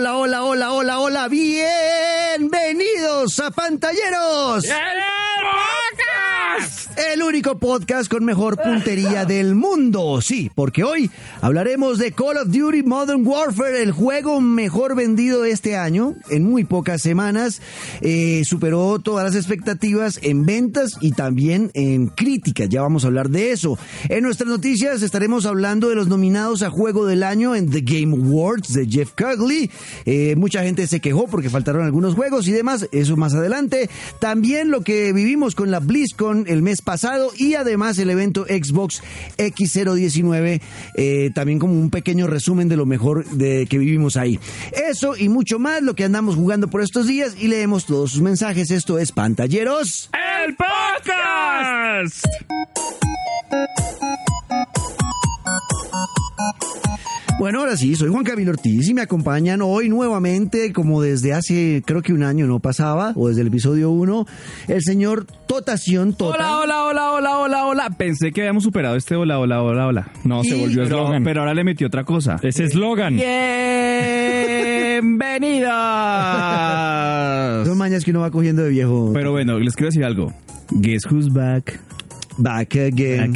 Hola, hola, hola, bienvenidos a Pantalleros. El único podcast con mejor puntería del mundo. Sí, porque hoy hablaremos de Call of Duty Modern Warfare, el juego mejor vendido de este año. En muy pocas semanas eh, superó todas las expectativas en ventas y también en críticas. Ya vamos a hablar de eso. En nuestras noticias estaremos hablando de los nominados a Juego del Año en The Game Awards de Jeff Cugley. Eh, mucha gente se quejó porque faltaron algunos juegos y demás. Eso más adelante. También lo que vivimos con la BlizzCon el mes pasado y además el evento Xbox X019, eh, también como un pequeño resumen de lo mejor de, que vivimos ahí. Eso y mucho más lo que andamos jugando por estos días y leemos todos sus mensajes. Esto es Pantalleros. ¡El podcast! Bueno, ahora sí, soy Juan Camilo Ortiz y me acompañan hoy nuevamente, como desde hace creo que un año no pasaba, o desde el episodio 1, el señor Totación Tota. Hola, hola, hola, hola, hola, hola. Pensé que habíamos superado este hola, hola, hola, hola. No, se Y- volvió Pero- eslogan. Pero ahora le metió otra cosa. Es eslogan. Bienvenidos. Son mañas que uno va cogiendo de viejo. Pero bueno, les quiero decir algo. Guess who's back. back again.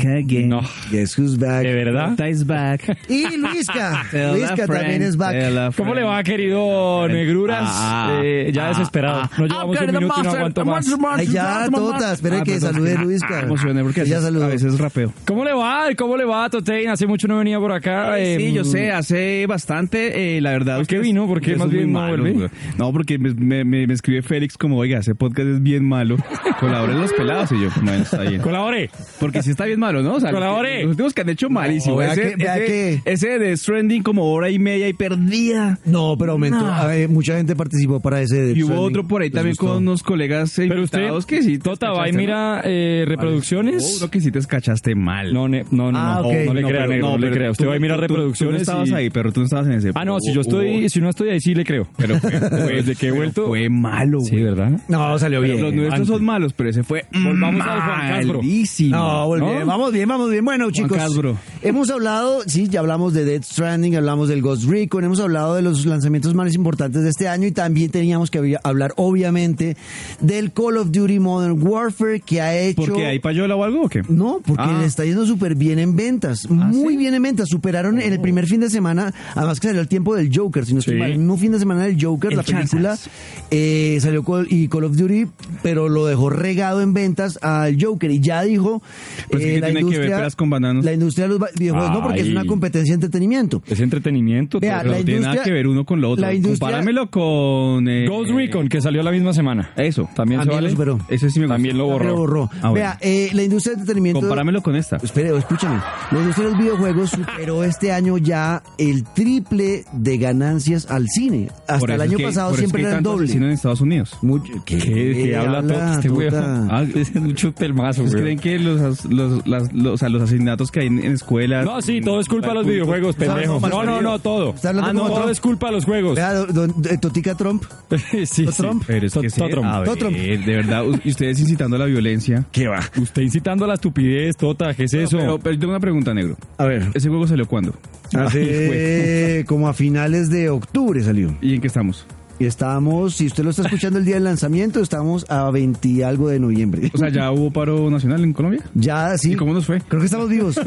No. Guess who's back. ¿De verdad? Is back. Y Luisca. Tell a Luisca también friend, es tell back. a ¿Cómo le va, querido Negruras? Ah, Eh, ya desesperado. no llevamos un minuto y no aguanto más. Ay, ya, Tota, espere Ah, que perdón. salude Luisca. Me emocioné porque ya a saludó. veces rapeo. ¿Cómo le va? ¿Cómo le va, Totein? Hace mucho no venía por acá. eh, Sí, yo sé, hace bastante, eh, la verdad. ¿Por qué ustedes- vino? ¿Por qué ustedes más son bien muy no malos, vuelve? güey. No, porque me, me, me- me escribe Félix como, oiga, ese podcast es bien malo. Colaboren los pelados y yo, bueno, está bien. Colabore. Porque sí está bien malo, ¿no? O sea, los que- Colabore. Los últimos que han hecho malísimo. vea ese, que- vea ese, ese de Stranding como hora y media y perdida. No, pero aumentó. A ver, mucha gente participó para ese. de Y hubo Trending. otro por ahí Les también gustó. con unos colegas eh, Pero usted, invitados que sí. te Tota, va y escachaste, ¿no? oh, mira eh, Hubo reproducciones. uno que sí te escachaste mal. No, ne- no, no, Ah, no, ok. no le No, crea, pero- negro, no, no, le pero crea. Usted tú- va y mira tú- tú- reproducciones. Tú no estabas y- ahí, pero tú no estabas en ese. Ah, no, si Hubo- yo estoy, hubo- si no estoy ahí, sí le creo. Pero fue, fue- Desde que he vuelto. fue malo, Sí, güey. ¿verdad? No, salió bien. Los nuestros son malos, pero ese fue Volvamos al Mm, Juan Castro. Uh, malísimo. No, muy bien, vamos bien, vamos bien. Bueno, chicos, Casbro. hemos hablado, sí, ya hablamos de Dead Stranding, hablamos del Ghost Recon, hemos hablado de los lanzamientos más importantes de este año y también teníamos que había- hablar, obviamente, del Call of Duty Modern Warfare que ha hecho... ¿Por qué? ¿Hay payola o algo o qué? No, porque Ah. le está yendo súper bien en ventas. muy bien en ventas. Superaron en Oh. el primer fin de semana, además que salió el tiempo del Joker. Si no estoy Sí. mal, el mismo fin de semana del Joker, El la película Chanzas. eh, salió Call- y Call of Duty, pero lo dejó regado en ventas al Joker. Y ya dijo Pues, ¿qué eh, la tiene que ver industria. peras con bananos? La industria de los ba- videojuegos, no, porque es Ay. una competencia de entretenimiento. Es entretenimiento. Vea, todo. la No tiene nada industria- que ver uno con lo otro. la industria- Compáramelo con... eh, Ghost Recon, que salió la misma semana. Eso. También se También vale. lo superó. Ese sí me gusta. También lo borró. Pero borró. Ah, bueno. Vea, eh, la industria de entretenimiento. Compáramelo con esta. Espere, escúchame. La industria de los videojuegos superó este año ya el triple de ganancias al cine. Por Hasta el eso año que- pasado por eso siempre que hay era el tanto asesino doble. en Estados Unidos. Mucho- ¿Qué, ¿Qué habla todo este Tota? huevón? Ah, es un chupe el mazo, ¿Ustedes güey. creen que los, as- los, las- los- o sea, los asesinatos que hay en, en escuelas... No, sí, todo es culpa de los videojuegos, pendejo. ¿Sabes No, cómo no, no, todo. Está hablando Ah, no, como todo Trump. es culpa de los pues. juegos. Vea, don- don- eh, Totica Trump. sí, sí. Trump. Pero es To- que sí, to Trump. a ver, Totrum. de verdad, u- y ustedes incitando a la violencia. ¿Qué va? Usted incitando a la estupidez, Tota, ¿qué es eso? Pero, pero yo tengo una pregunta, negro. A ver. ¿Ese juego salió cuándo? Ah, Hace como a finales de octubre salió. ¿Y en qué estamos? Y estábamos, si usted lo está escuchando el día del lanzamiento, estamos a 20 y algo de noviembre. O sea, ¿ya hubo paro nacional en Colombia? Ya, sí. ¿Y cómo nos fue? Creo que estamos vivos.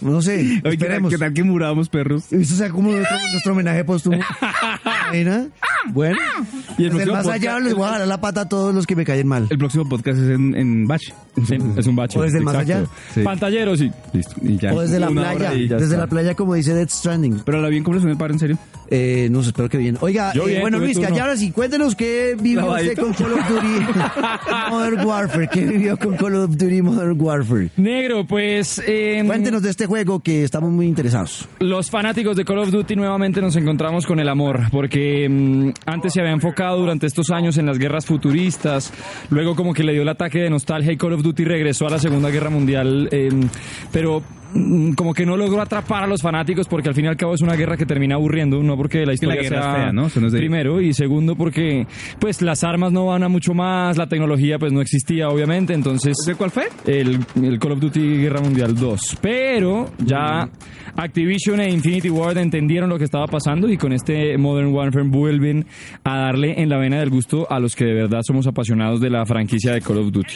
No sé. Oye, ¿qué tal, Esperemos. qué tal que muramos, perros? Eso sea como nuestro, nuestro homenaje póstumo. Imagina. Bueno. Desde Y el el próximo más podcast- allá les voy a jalar la pata a todos los que me caen mal. El próximo podcast es en, en Bache. Sí, es un bache. ¿O desde el más exacto. allá? Sí. Pantallero, sí. Listo. Y ya. O desde la Una playa. hora y ya Desde está. la playa, como dice Dead Stranding. Pero la bien, ¿cómo le suena el paro, en serio? Eh, no sé, espero que bien. Oiga, Yo eh, bien, bueno, tuve Luis, que turno. ya ahora sí, cuéntenos qué vivió usted Clavadito. con Call of Duty Modern Warfare. ¿Qué vivió con Call of Duty Modern Warfare? Negro, pues. eh, Cuéntenos de este juego que estamos muy interesados. Los fanáticos de Call of Duty nuevamente nos encontramos con el amor, porque mm, antes se había enfocado durante estos años en las guerras futuristas, luego como que le dio el ataque de nostalgia y Call of Duty regresó a la Segunda Guerra Mundial, eh, pero mm, como que no logró atrapar a los fanáticos porque al fin y al cabo es una guerra que termina aburriendo, no porque la historia guerra sea es fea, ¿no? Eso no es de- primero y segundo porque pues las armas no van a mucho más, la tecnología pues no existía obviamente, entonces ¿De cuál fue? el, el Call of Duty Guerra Mundial 2. Pero ya Activision e Infinity Ward entendieron lo que estaba pasando y con este Modern Warfare vuelven a darle en la vena del gusto a los que de verdad somos apasionados de la franquicia de Call of Duty.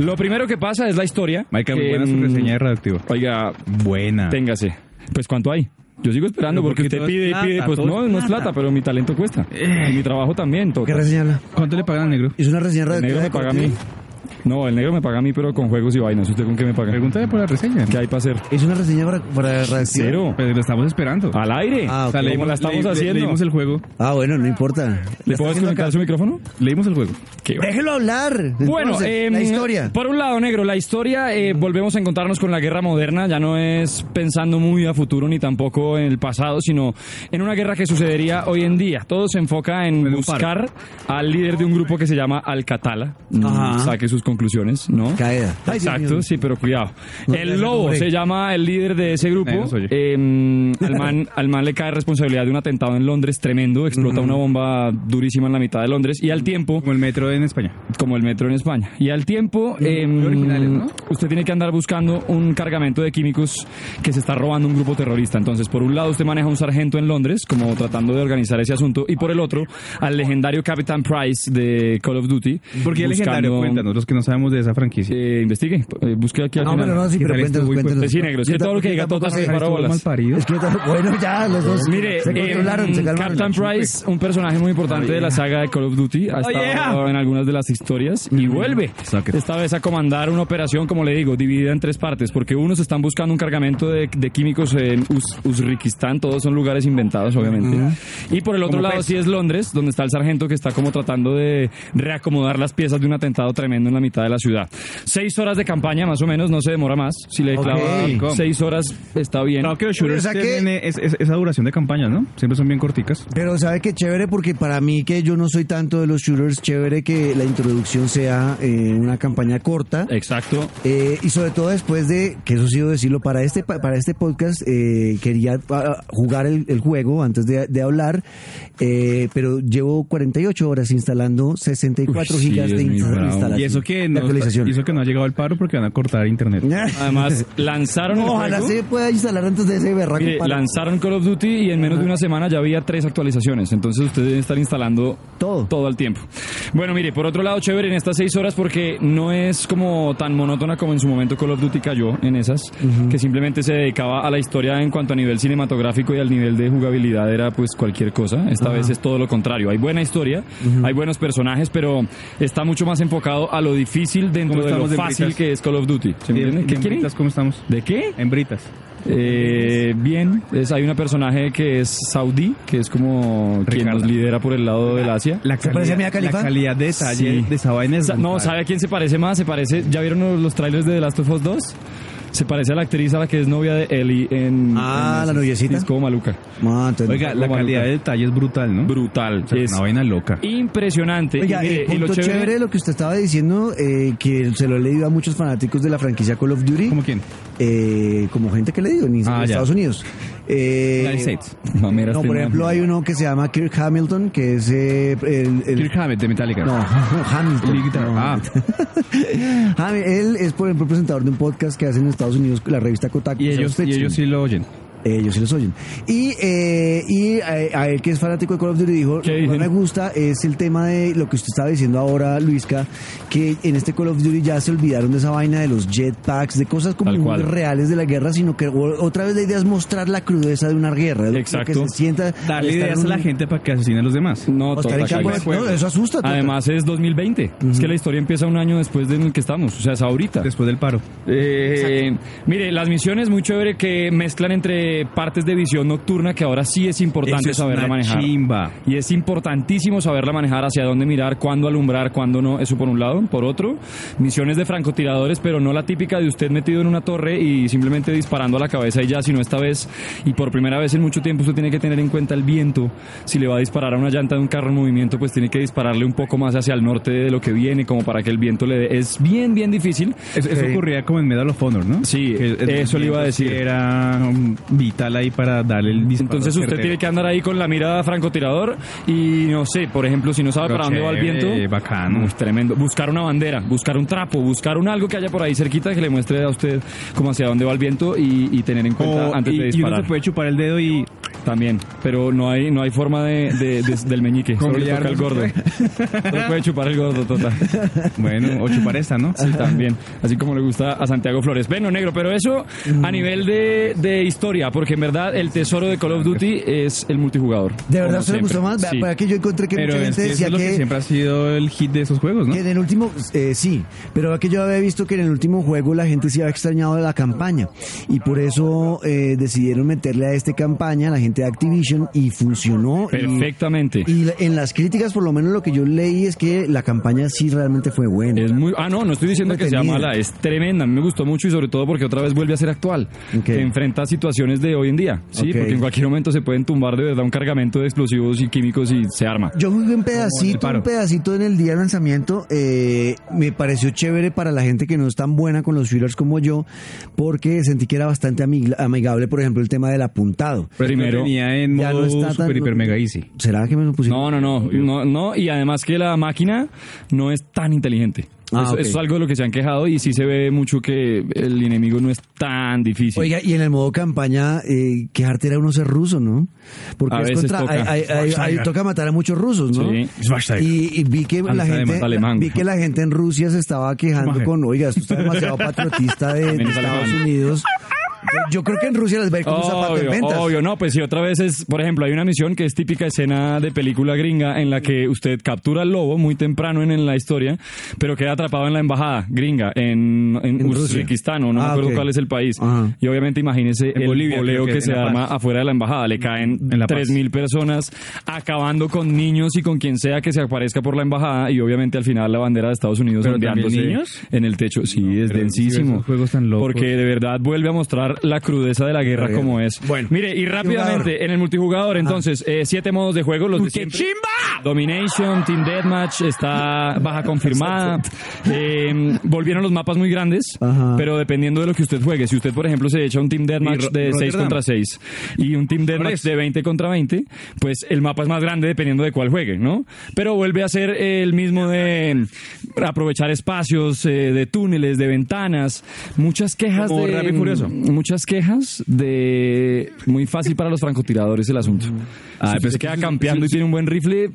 Lo primero que pasa es la historia. Maica, muy que, buena su mm, reseña de radioactivo. Oiga, Buena. téngase. Pues ¿cuánto hay? Yo sigo esperando Pero porque, porque usted todo es pide y plata, pide. Pues todo es no, no es plata. Eh. plata, pero mi talento cuesta. Y mi trabajo también. ¿Qué toca. reseñarla? ¿Cuánto le pagan al negro? Hizo una reseña El Pues negro radioactiva de me paga a Call of mí. Duty. No, el negro me paga a mí, pero con juegos y vainas. ¿Usted con qué me paga? Pregúntale por la reseña. ¿Qué hay para hacer? Hizo una reseña para, para radioactiva. Cero. Pues lo estamos esperando. Al aire. Ah, ok. O sea, Como la le- estamos le- haciendo. leímos el juego. Ah, bueno, no importa. ¿Le puedo desconectar su micrófono? Leímos el juego. Qué Déjelo hablar. Bueno, Entonces, eh, la historia. Por un lado, negro, la historia, eh, volvemos a encontrarnos con la guerra moderna, ya no es pensando muy a futuro ni tampoco en el pasado, sino en una guerra que sucedería hoy en día. Todo se enfoca en un buscar al líder de un grupo que se llama Alcatala. Ajá. Saque sus conclusiones, ¿no? Caída. Ay, Dios mío. Exacto, sí, pero cuidado. No, ya el se lobo nombré. se llama el líder de ese grupo. Ahí nos oye. Eh, al, man, al man le cae responsabilidad de un atentado en Londres tremendo. Explota una bomba durísima en la mitad de Londres y al tiempo Como el metro en España. como el metro en España. Y al tiempo, eh, muy originales, ¿no? usted tiene que andar buscando un cargamento de químicos que se está robando un grupo terrorista. Entonces, por un lado, usted maneja un sargento en Londres, como tratando de organizar ese asunto, y por el otro, al legendario Capitán Price de Call of Duty. ¿Por qué el legendario? buscando- Cuéntanos, los que no sabemos de esa franquicia. Eh, investigue, eh, busque aquí al No, final. pero no, sí, pero tal cuéntanos, estuvo, güey? cuéntanos. Pues sí, negro, es que Yo todo lo que diga tampoco todo sé. se para bolas. parido. Es que yo tampoco- bueno, ya, los dos. Mire, se eh, controlaron, se calmaron. pues. Captain Price, un personaje muy importante de la saga de Call of Duty, ha Oh, estado yeah. en algunas de las historias Mm, y vuelve. Suck it. Esta vez a comandar una operación, como le digo, dividida en tres partes, porque unos están buscando un cargamento de, de químicos en Uz- Uzbekistán, todos son lugares inventados, obviamente. Mm. Y por el otro lado sí es Londres, donde está el sargento que está como tratando de reacomodar las piezas de un atentado tremendo en la mitad de la ciudad. Seis horas de campaña, más o menos, no se demora más. Si le Ok. clava seis horas, está bien. Claro que los shooters O sea que- tienen es- es- esa duración de campaña, ¿no? Siempre son bien corticas. Pero sabe que chévere porque para mí que yo no soy tanto de los shooters, chévere que la introducción sea eh, una campaña corta. Exacto. Eh, y sobre todo después de, que eso sí debo decirlo, para este, pa- para este podcast eh, quería ah, jugar el, el juego antes de, de hablar, eh, pero llevo 48 horas instalando 64 Uy, sí, gigas de es muy insta- bravo. instalación. Y eso que, de no, actualización. y eso que no ha llegado el paro porque van a cortar internet. Además, lanzaron el Ojalá juego. se pueda instalar antes de ese berraco. Mire, para- lanzaron Call of Duty y en menos de una semana ya había tres actualizaciones. Entonces ustedes deben estar instalando Todo. todo al tiempo. Bueno, mire, por otro lado, chévere en estas seis horas porque no es como tan monótona como en su momento Call of Duty cayó en esas, que simplemente se dedicaba a la historia en cuanto a nivel cinematográfico y al nivel de jugabilidad era pues cualquier cosa. Esta vez es todo lo contrario. Hay buena historia, hay buenos personajes, pero está mucho más enfocado a lo difícil dentro ¿Cómo de lo estamos de fácil britas? que es Call of Duty. ¿Se me ¿Y en- entiende? y ¿Qué en quieren? britas ¿Cómo estamos? ¿De qué? En britas. Eh, bien, es, hay una personaje que es saudí, que es como quien Ricarda. nos lidera por el lado del Asia. La ¿Se parece a Mia Khalifa? la calidad de detalle Sí. de esa vaina es Sa- no, brutal. ¿sabe a quién se parece más? Se parece, ¿ya vieron los, los trailers de The Last of Us 2? Se parece a la actriz a la que es novia de Ellie en... Ah, la noviecita. Es como Maluca. Ah, entonces- Oiga, la calidad de detalle es brutal, ¿no? Brutal. O sea, es una vaina loca. eh, impresionante. Oiga, y, mire, el y punto lo chévere, chévere... de lo que usted estaba diciendo, eh, que se lo he leído a muchos fanáticos de la franquicia Call of Duty. ¿Cómo quién? Eh, como gente que le digo, en Ah, ya. Estados Unidos. Eh, United States. no, este Mameras por tenía- ejemplo, hay uno que se llama Kirk Hamilton, que es eh, el... el- Kirk Hammett de Metallica. no, Lee Hamilton. Guitar. no. Ah, Ham- él es, por ejemplo, presentador de un podcast que hace en Estados Unidos, la revista Kotaku. y ¿Sabe ellos, usted? y ellos sí lo oyen. Ellos sí los oyen. Y, eh, y a, a él que es fanático de Call of Duty dijo, ¿Qué lo que más dicen? me gusta es el tema de lo que usted estaba diciendo ahora, Luisca, que en este Call of Duty ya se olvidaron de esa vaina de los jetpacks, de cosas como Tal muy cual. reales de la guerra, sino que o- otra vez la idea es mostrar la crudeza de una guerra, de lo- lo Exacto. que se sienta. Darle estar ideas en a la un- gente para que asesinen a los demás. No, Oscar, ¿en Tota, qué Cali. año es? No, eso asusta, Tota. Además es 2020. Es que la historia empieza un año después del que estamos. O sea, es ahorita. Después del paro. Eh, mire, las misiones muy chévere que mezclan entre eh, partes de visión nocturna que ahora sí es Eso importante es saberla una manejar. chimba. Y es importantísimo saberla manejar, hacia dónde mirar, cuándo alumbrar, cuándo no. Eso por un lado. Por otro, misiones de francotiradores, pero no la típica de usted metido en una torre y simplemente disparando a la cabeza y ya, sino esta vez y por primera vez en mucho tiempo usted tiene que tener en cuenta el viento. Si le va a disparar a una llanta de un carro en movimiento, pues tiene que dispararle un poco más hacia el norte de lo que viene, como para que el viento le dé. Es bien, bien difícil. Eso, eso Sí. ocurría como en Medal of Honor, ¿no? Sí, eso le iba a decir. Era um, vital ahí para darle el disparo. Entonces usted certero. tiene que andar ahí con la mirada francotirador y no sé, por ejemplo, si no sabe Pero para dónde va el chévere, viento, bacano. Uy, tremendo. Buscar una bandera, buscar un trapo, buscar un algo que haya por ahí cerquita que le muestre a usted como hacia dónde va el viento y, y tener en cuenta O- antes Oh, y, de y uno disparar. se puede chupar el dedo y También, pero no hay no hay forma de, de- de- del meñique, Con solo le toca billar, el ¿no? gordo. Solo puede chupar el gordo total. bueno, o chupar esta, ¿no? Sí, también. Así como le gusta a Santiago Flores. Bueno, negro, pero eso a nivel de, de historia, porque en verdad el tesoro de Call of Duty es el multijugador. ¿De verdad como usted le gustó siempre. más? Vea, Sí. Para que yo encontré que Pero mucha es gente que eso decía es lo que que, siempre ha sido el hit de esos juegos, ¿no? que en el último, eh, sí, pero vea que yo había visto que en el último juego la gente se había extrañado de la campaña y por eso eh, decidieron meterle a este campaña la gente de Activision y funcionó. y- Perfectamente. Y, la- en las críticas, por lo menos lo que yo leí es que la campaña sí realmente fue buena. Es muy, ah, no, no estoy diciendo que sea Entretenida. mala, es tremenda, a mí me gustó mucho y sobre todo porque otra vez vuelve a ser actual. Ok. Que enfrenta situaciones de hoy en día, ¿sí? Ok. Porque en cualquier momento se pueden tumbar de verdad un cargamento de explosivos y químicos y se arma. Yo jugué un pedacito, paro. un pedacito en el día de lanzamiento. eh, me pareció chévere para la gente que no es tan buena con los shooters como yo, porque sentí que era bastante amigla- amigable, por ejemplo, el tema del apuntado. Pero Primero, venía en ya no modo está tan- super hiper mega easy. ¿Será que me lo pusieron? No, no, no, no, no, y además que la máquina no es tan inteligente. Ah, eso, ok. eso es algo de lo que se han quejado y sí se ve mucho que el enemigo no es tan difícil. Oiga, y en el modo campaña, eh, qué arte era uno ser ruso, ¿no? Porque A es veces contra- toca. hay- hay- hay- hay- toca matar a muchos rusos, ¿no? Sí. Y, y vi que la Alta de gente, más alemán. vi que la gente en Rusia se estaba quejando Maje. con, oiga, esto está demasiado patriotista de, de También es Estados alemán. Unidos. Yo creo que en Rusia les va a ir como un zapato en Obvio, ventas. obvio, no, pues si otra vez es, por ejemplo, hay una misión que es típica escena de película gringa en la que usted captura al lobo muy temprano en, en la historia, pero queda atrapado en la embajada gringa en, En en, Rusia. Uzbekistán o no Ah, me acuerdo ok. cuál es el país. Ajá. Y obviamente imagínese el Bolivia, boleo creo que, que, se en La arma Paz. afuera de la embajada, le caen En La Paz. 3000 personas acabando con niños y con quien sea que se aparezca por la embajada y obviamente al final la bandera de Estados Unidos ¿Pero también ondeándose niños? en el techo, sí, es pero densísimo. esos juegos tan locos. Porque de verdad vuelve a mostrar la crudeza de la guerra Está bien. como es. Bueno. mire, y rápidamente en el multijugador, entonces, eh, siete modos de juego, los de siempre. Domination, Team Deathmatch, está baja confirmada. Eh, volvieron los mapas muy grandes, Ajá. pero dependiendo de lo que usted juegue, si usted por ejemplo se echa un Team Y Deathmatch Ro- de 6 Rotterdam. contra 6 y un Team Deathmatch eso. de 20 contra 20, pues el mapa es más grande dependiendo de cuál juegue, ¿no? Pero vuelve a ser el mismo de aprovechar espacios, eh, de túneles, de ventanas, muchas quejas Como de Rápido y Furioso. muchas quejas de muy fácil para los francotiradores el asunto. Ah, si pues se que- queda campeando y tiene un buen rifle,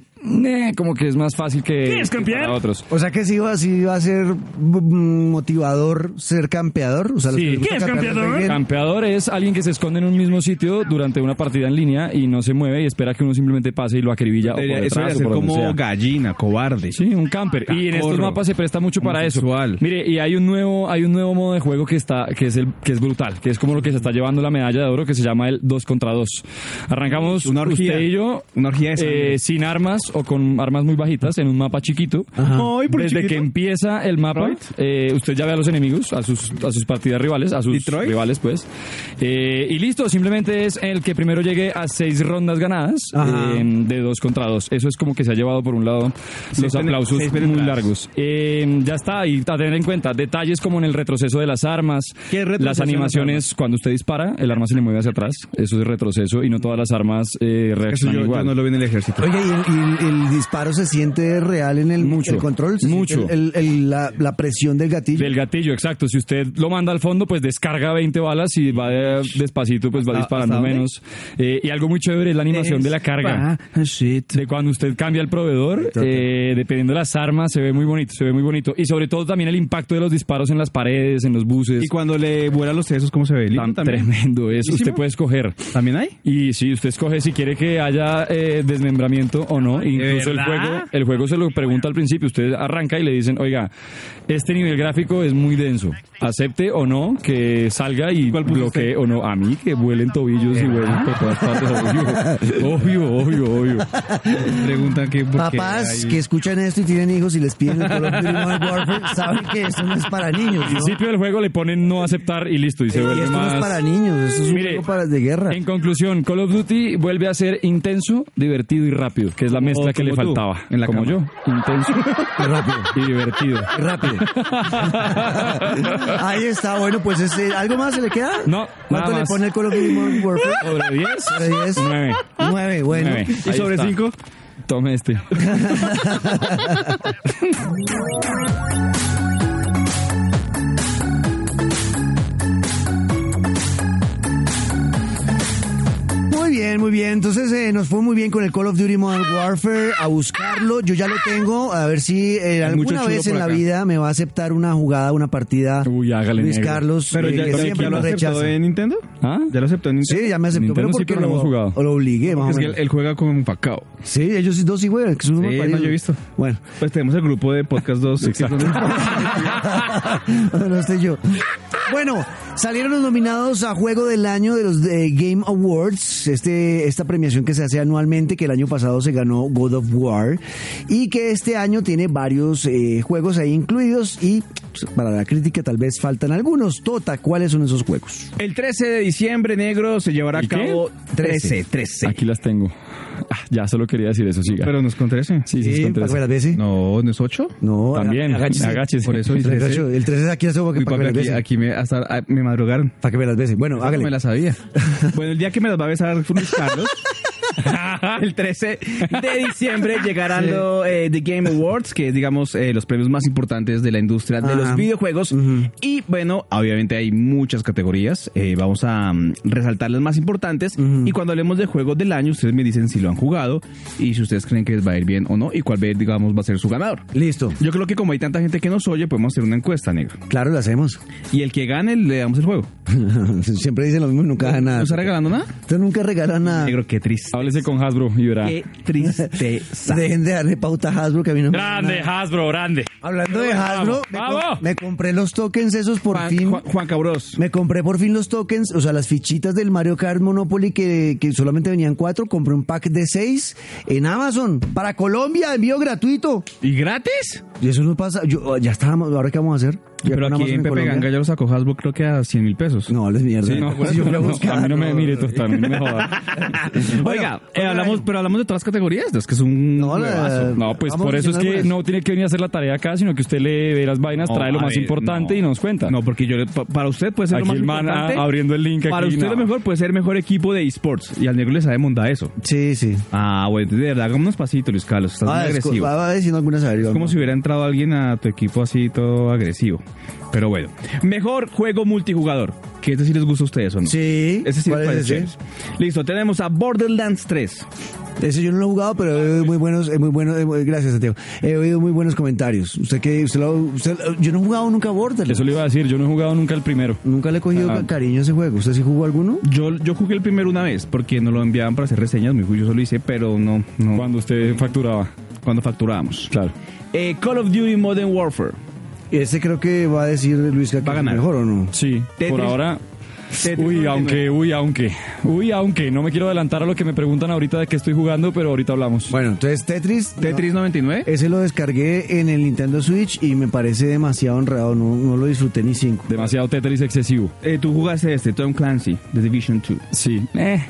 eh, como que es más fácil que para otros. O sea que sí va, sí va a ser mm, motivador ser campeador. O sea, los Sí. que les gusta ¿Qué es campear les va bien. Campeador es alguien que se esconde en un mismo sitio durante una partida en línea y no se mueve y espera que uno simplemente pase y lo acribilla o por Debería- eso detrás debería o ser por donde como sea. gallina, cobarde. Sí, un camper. Ah, Y en estos Cacorro. mapas se presta mucho para eso. Homosexual. Mire, y hay un nuevo, hay un nuevo modo de juego que está, que es el, que es brutal, que es como lo que se está llevando la medalla de oro, que se llama el 2 contra 2. Arrancamos Una orgía. usted y yo, Una orgía de sangre. eh, sin armas o con armas muy bajitas en un mapa chiquito. Ay, por Desde chiquito. que empieza el mapa, eh, usted ya ve a los enemigos, a sus, a sus partidas rivales, a sus Detroit. rivales, pues. Eh, y listo, simplemente es el que primero llegue a seis rondas ganadas Ajá. eh, de dos contra dos. Eso es como que se ha llevado por un lado los pene- aplausos seis muy penetradas. largos. Eh, ya está, y a tener en cuenta detalles como en el retroceso de las armas, ¿Qué retroceso las de las animaciones, cuando usted dispara, el arma se le mueve hacia atrás, eso es retroceso, y no todas las armas eh, Eso reaccionan yo, igual. yo no lo vi en el ejército. Oye, ¿y el, y el- el disparo se siente real en el, Mucho, el control? ¿Se mucho. siente el- el- la, la presión del gatillo. Del gatillo, exacto. Si usted lo manda al fondo, pues descarga 20 balas y va de- despacito, pues va ¿Hasta- disparando hasta dónde? menos. Eh, y algo muy chévere es la animación de la carga. Ah, shit. De cuando usted cambia el proveedor, eh, dependiendo de las armas, se ve muy bonito, se ve muy bonito. Y sobre todo también el impacto de los disparos en las paredes, en los buses. Y cuando le vuelan los sesos, ¿cómo se ve? Tan ¿Limpio también? tremendo eso. Usted ¿Buenísimo? puede escoger. ¿También hay? Y si usted escoge si quiere que haya eh, desmembramiento o no, incluso el juego, el juego se lo pregunta al principio. Usted arranca y le dicen, oiga, este nivel gráfico es muy denso. Acepte o no que salga y bloquee o no. A mí que vuelen tobillos y vuelen por todas partes. Obvio, obvio, obvio. obvio. Preguntan que por qué Papás hay- que escuchan esto y tienen hijos y les piden el Call of Duty Modern Warfare saben que eso no es para niños. Al ¿no? principio del juego le ponen no aceptar y listo. Y se Y vuelve esto no es más- para niños, eso es un Mire, juego para de guerra. En conclusión, Call of Duty vuelve a ser intenso, divertido y rápido, que es la mezcla que le como tú, faltaba. en la como cama. yo, intenso y divertido. Rápido. Ahí está, bueno, pues este, ¿algo más se le queda? No, ¿Cuánto nada le más. pone el Call of Duty Modern Warfare? Sobre 10, ¿Sobre 10? 9. 9, bueno. ¿Y sobre cinco? Tome este. Muy bien, muy bien. Entonces eh, nos fue muy bien con el Call of Duty Modern Warfare a buscarlo. Yo ya lo tengo. A ver si eh, mucho alguna chulo vez en por la acá. vida me va a aceptar una jugada, una partida. Uy, hágale, Luis negro. Carlos, Pero eh, ya, que pero siempre ya lo lo aceptó rechaza. en Nintendo. ¿Ah? Ya lo aceptó en Nintendo. Sí, ya me aceptó. Pero Nintendo sí, porque pero no lo, hemos jugado. o lo obligué, más Es o que menos. él, él juega con Facao. Sí, ellos dos sí juegan, que son unos Sí, malparidos. no, yo he visto. Bueno, Pues tenemos el grupo de Podcast 2. no estoy yo. Bueno, salieron los nominados a Juego del Año de los eh, Game Awards, este, esta premiación que se hace anualmente, que el año pasado se ganó God of War, y que este año tiene varios eh, juegos ahí incluidos, y pues, para la crítica tal vez faltan algunos. Tota, ¿cuáles son esos juegos? El 13 de diciembre, negro, se llevará a ¿Y qué? cabo 13, 13. Aquí las tengo. Ah, ya solo quería decir eso, siga. Pero no es con 13. sí, sí, es Eh, con ¿para tres. que me las des, eh? No, ¿no es 8? No, También, agáchese. agáchese. Por eso El el 3 13. el 13 es aquí es algo que Uy, para papi, que me las aquí, bese. aquí me, hasta, ah, me madrugaron. Para que me las bese. Bueno, No me hágale. la sabía. bueno, el día que me las va a besar Luis Carlos. el 13 de diciembre llegarán los eh, The Game Awards, que es, digamos, eh, los premios más importantes de la industria de Ajá. los videojuegos. Y bueno, obviamente hay muchas categorías. Eh, vamos a mm, resaltar las más importantes. Y cuando hablemos de juegos del año, ustedes me dicen si lo han jugado y si ustedes creen que les va a ir bien o no y cuál, va a ir, digamos, va a ser su ganador. Listo. Yo creo que como hay tanta gente que nos oye, podemos hacer una encuesta, negro. Claro, lo hacemos. Y el que gane, le damos el juego. Siempre dicen lo mismo y nunca dan nada. ¿No está regalando nada? Usted nunca regala nada. Negro, qué triste. Háblese con Hasbro y verá. Qué tristeza. Dejen de darle pauta a Hasbro que a mí no me Grande, nada. Hasbro, grande. Hablando de Hasbro, me, com- ¡Bravo! me compré los tokens esos por Juan, fin. Juan, Juan Cabros. Me compré por fin los tokens, o sea, las fichitas del Mario Kart Monopoly que, que solamente venían cuatro. Compré un pack de seis en Amazon para Colombia, envío gratuito. ¿Y gratis? Y eso no pasa. Yo, ah, ya estábamos, ahora qué vamos a hacer. Ya Pero con aquí Amazon en Pepe Colombia. Ganga ya lo sacó Hasbro creo que a 100 mil pesos. No, les mierda. Sí, no, Si yo fui a no, buscar, a mí no me no. mire, Tostar, a mí no me joda. Oiga, eh, hablamos, pero hablamos de todas las categorías. Es que es un No, la- huevazo. No, pues Vamos por eso es mencionando que eso. no tiene que venir a hacer la tarea acá, sino que usted le ve las vainas, No, trae lo a más ver, importante no. y nos cuenta. No, porque yo le- pa- para usted puede ser Aquí lo más el man a- importante. abriendo el link Para aquí, usted no. lo mejor puede ser mejor equipo de esports. Y al negro le sabe monda eso. Sí, sí. Ah, bueno, de verdad, hagámonos pasito, Luis Carlos. Estás Ah, muy es co- agresivo. va, va diciendo algunas Es averías. como si hubiera entrado alguien a tu equipo así todo agresivo. Pero bueno. Mejor juego multijugador. Que este sí les gusta a ustedes o no. Sí. Ese sí ¿Cuál les es parece ese? chévere. Listo, tenemos a Borderlands 3. Ese yo no lo he jugado, pero he oído muy buenos, eh, muy buenos, eh, muy- gracias Santiago. He oído muy buenos comentarios. Usted que, usted lo- usted- yo no he jugado nunca a Borderlands. Eso le iba a decir, yo no he jugado nunca el primero. Nunca le he cogido Ah. cariño a ese juego. ¿Usted sí jugó alguno? Yo, yo jugué el primero una vez porque no lo enviaban para hacer reseñas. Mi yo solo hice, pero no, no Cuando usted facturaba, cuando facturábamos. claro. Eh, Call of Duty Modern Warfare. Ese creo que va a decir Luis que Va es a ganar. mejor o no. Sí, por Tetris- ahora. Tetris Uy, 99. aunque, uy, aunque. Uy, aunque. No me quiero adelantar a lo que me preguntan ahorita de qué estoy jugando, pero ahorita hablamos. Bueno, entonces Tetris. Tetris no. 99. Ese lo descargué en el Nintendo Switch y me parece demasiado enredado. No, no lo disfruté ni cinco. Demasiado Tetris excesivo. Eh, tú jugaste este, Tom Clancy, The Division 2. Sí. Eh,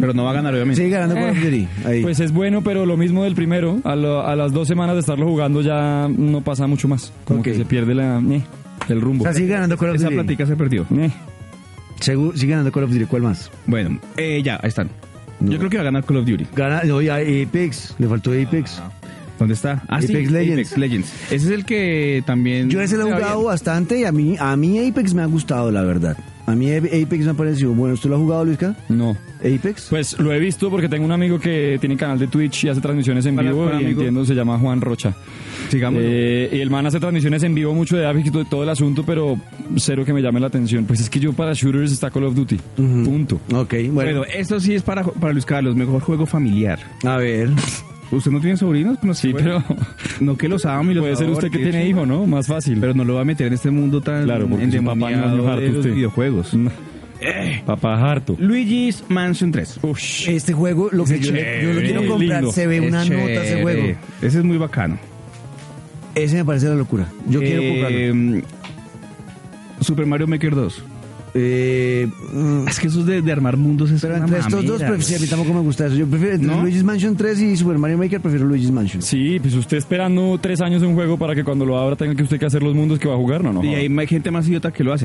Pero no va a ganar, obviamente. Sigue ganando Call of Eh, Duty. Ahí. Pues es bueno, pero lo mismo del primero. A, lo- a las dos semanas de estarlo jugando ya no pasa mucho más. Como Ok. que se pierde la, eh, el rumbo. o Ah, sea, sigue ganando Call of Esa Duty. plática se perdió. Eh. Segu- sigue ganando Call of Duty. ¿Cuál más? Bueno, eh, ya, ahí están. Yo creo que va a ganar Call of Duty. Gana, no, y a Apex. Le faltó Ah, Apex. ¿Dónde está? Ah, sí, Apex Legends. Legends. Ese es el que también. Yo ese lo he se va jugado bien. bastante y a mí, a mí Apex me ha gustado, la verdad. A mí Apex me ha parecido bueno. ¿Usted lo ha jugado, Luisca? No. ¿Apex? Pues lo he visto porque tengo un amigo que tiene canal de Twitch y hace transmisiones en ¿Cuál- vivo cuál y amigo? entiendo se llama Juan Rocha. Sigamos. Eh, y el man hace transmisiones en vivo mucho de Apex y todo, todo el asunto, pero cero que me llame la atención. Pues es que yo para shooters está Call of Duty. Punto. Ok, bueno. bueno, esto sí es para, para Luis Carlos, mejor juego familiar. A ver. ¿Usted no tiene sobrinos? Pues No, Sí, pero No que los amo y los puede ser adoro, usted que qué tiene chimba. hijo, ¿no? Más fácil. Pero no lo va a meter en este mundo tan Claro, porque su papá no endemoniado es mejor que de los usted. videojuegos. Papá harto. Luigi's Mansion 3. Ush. Este juego, lo que Ese yo, le- yo lo chévere, quiero comprar, lindo. se ve Es una nota ese chévere. juego. Ese es muy bacano. Ese me parece la locura. Yo quiero Eh, comprarlo. Super Mario Maker 2. Eh, mm, Es que eso de, de armar mundos es pero una entre estos mamera, dos, güey. prefiero, a mí tampoco me gusta eso. Yo prefiero entre ¿No? Luigi's Mansion 3 y Super Mario Maker, prefiero Luigi's Mansion. Sí, pues usted esperando tres años un juego para que cuando lo abra tenga que usted que hacer los mundos que va a jugar, no, no. Y joda. hay ma- gente más idiota que lo hace.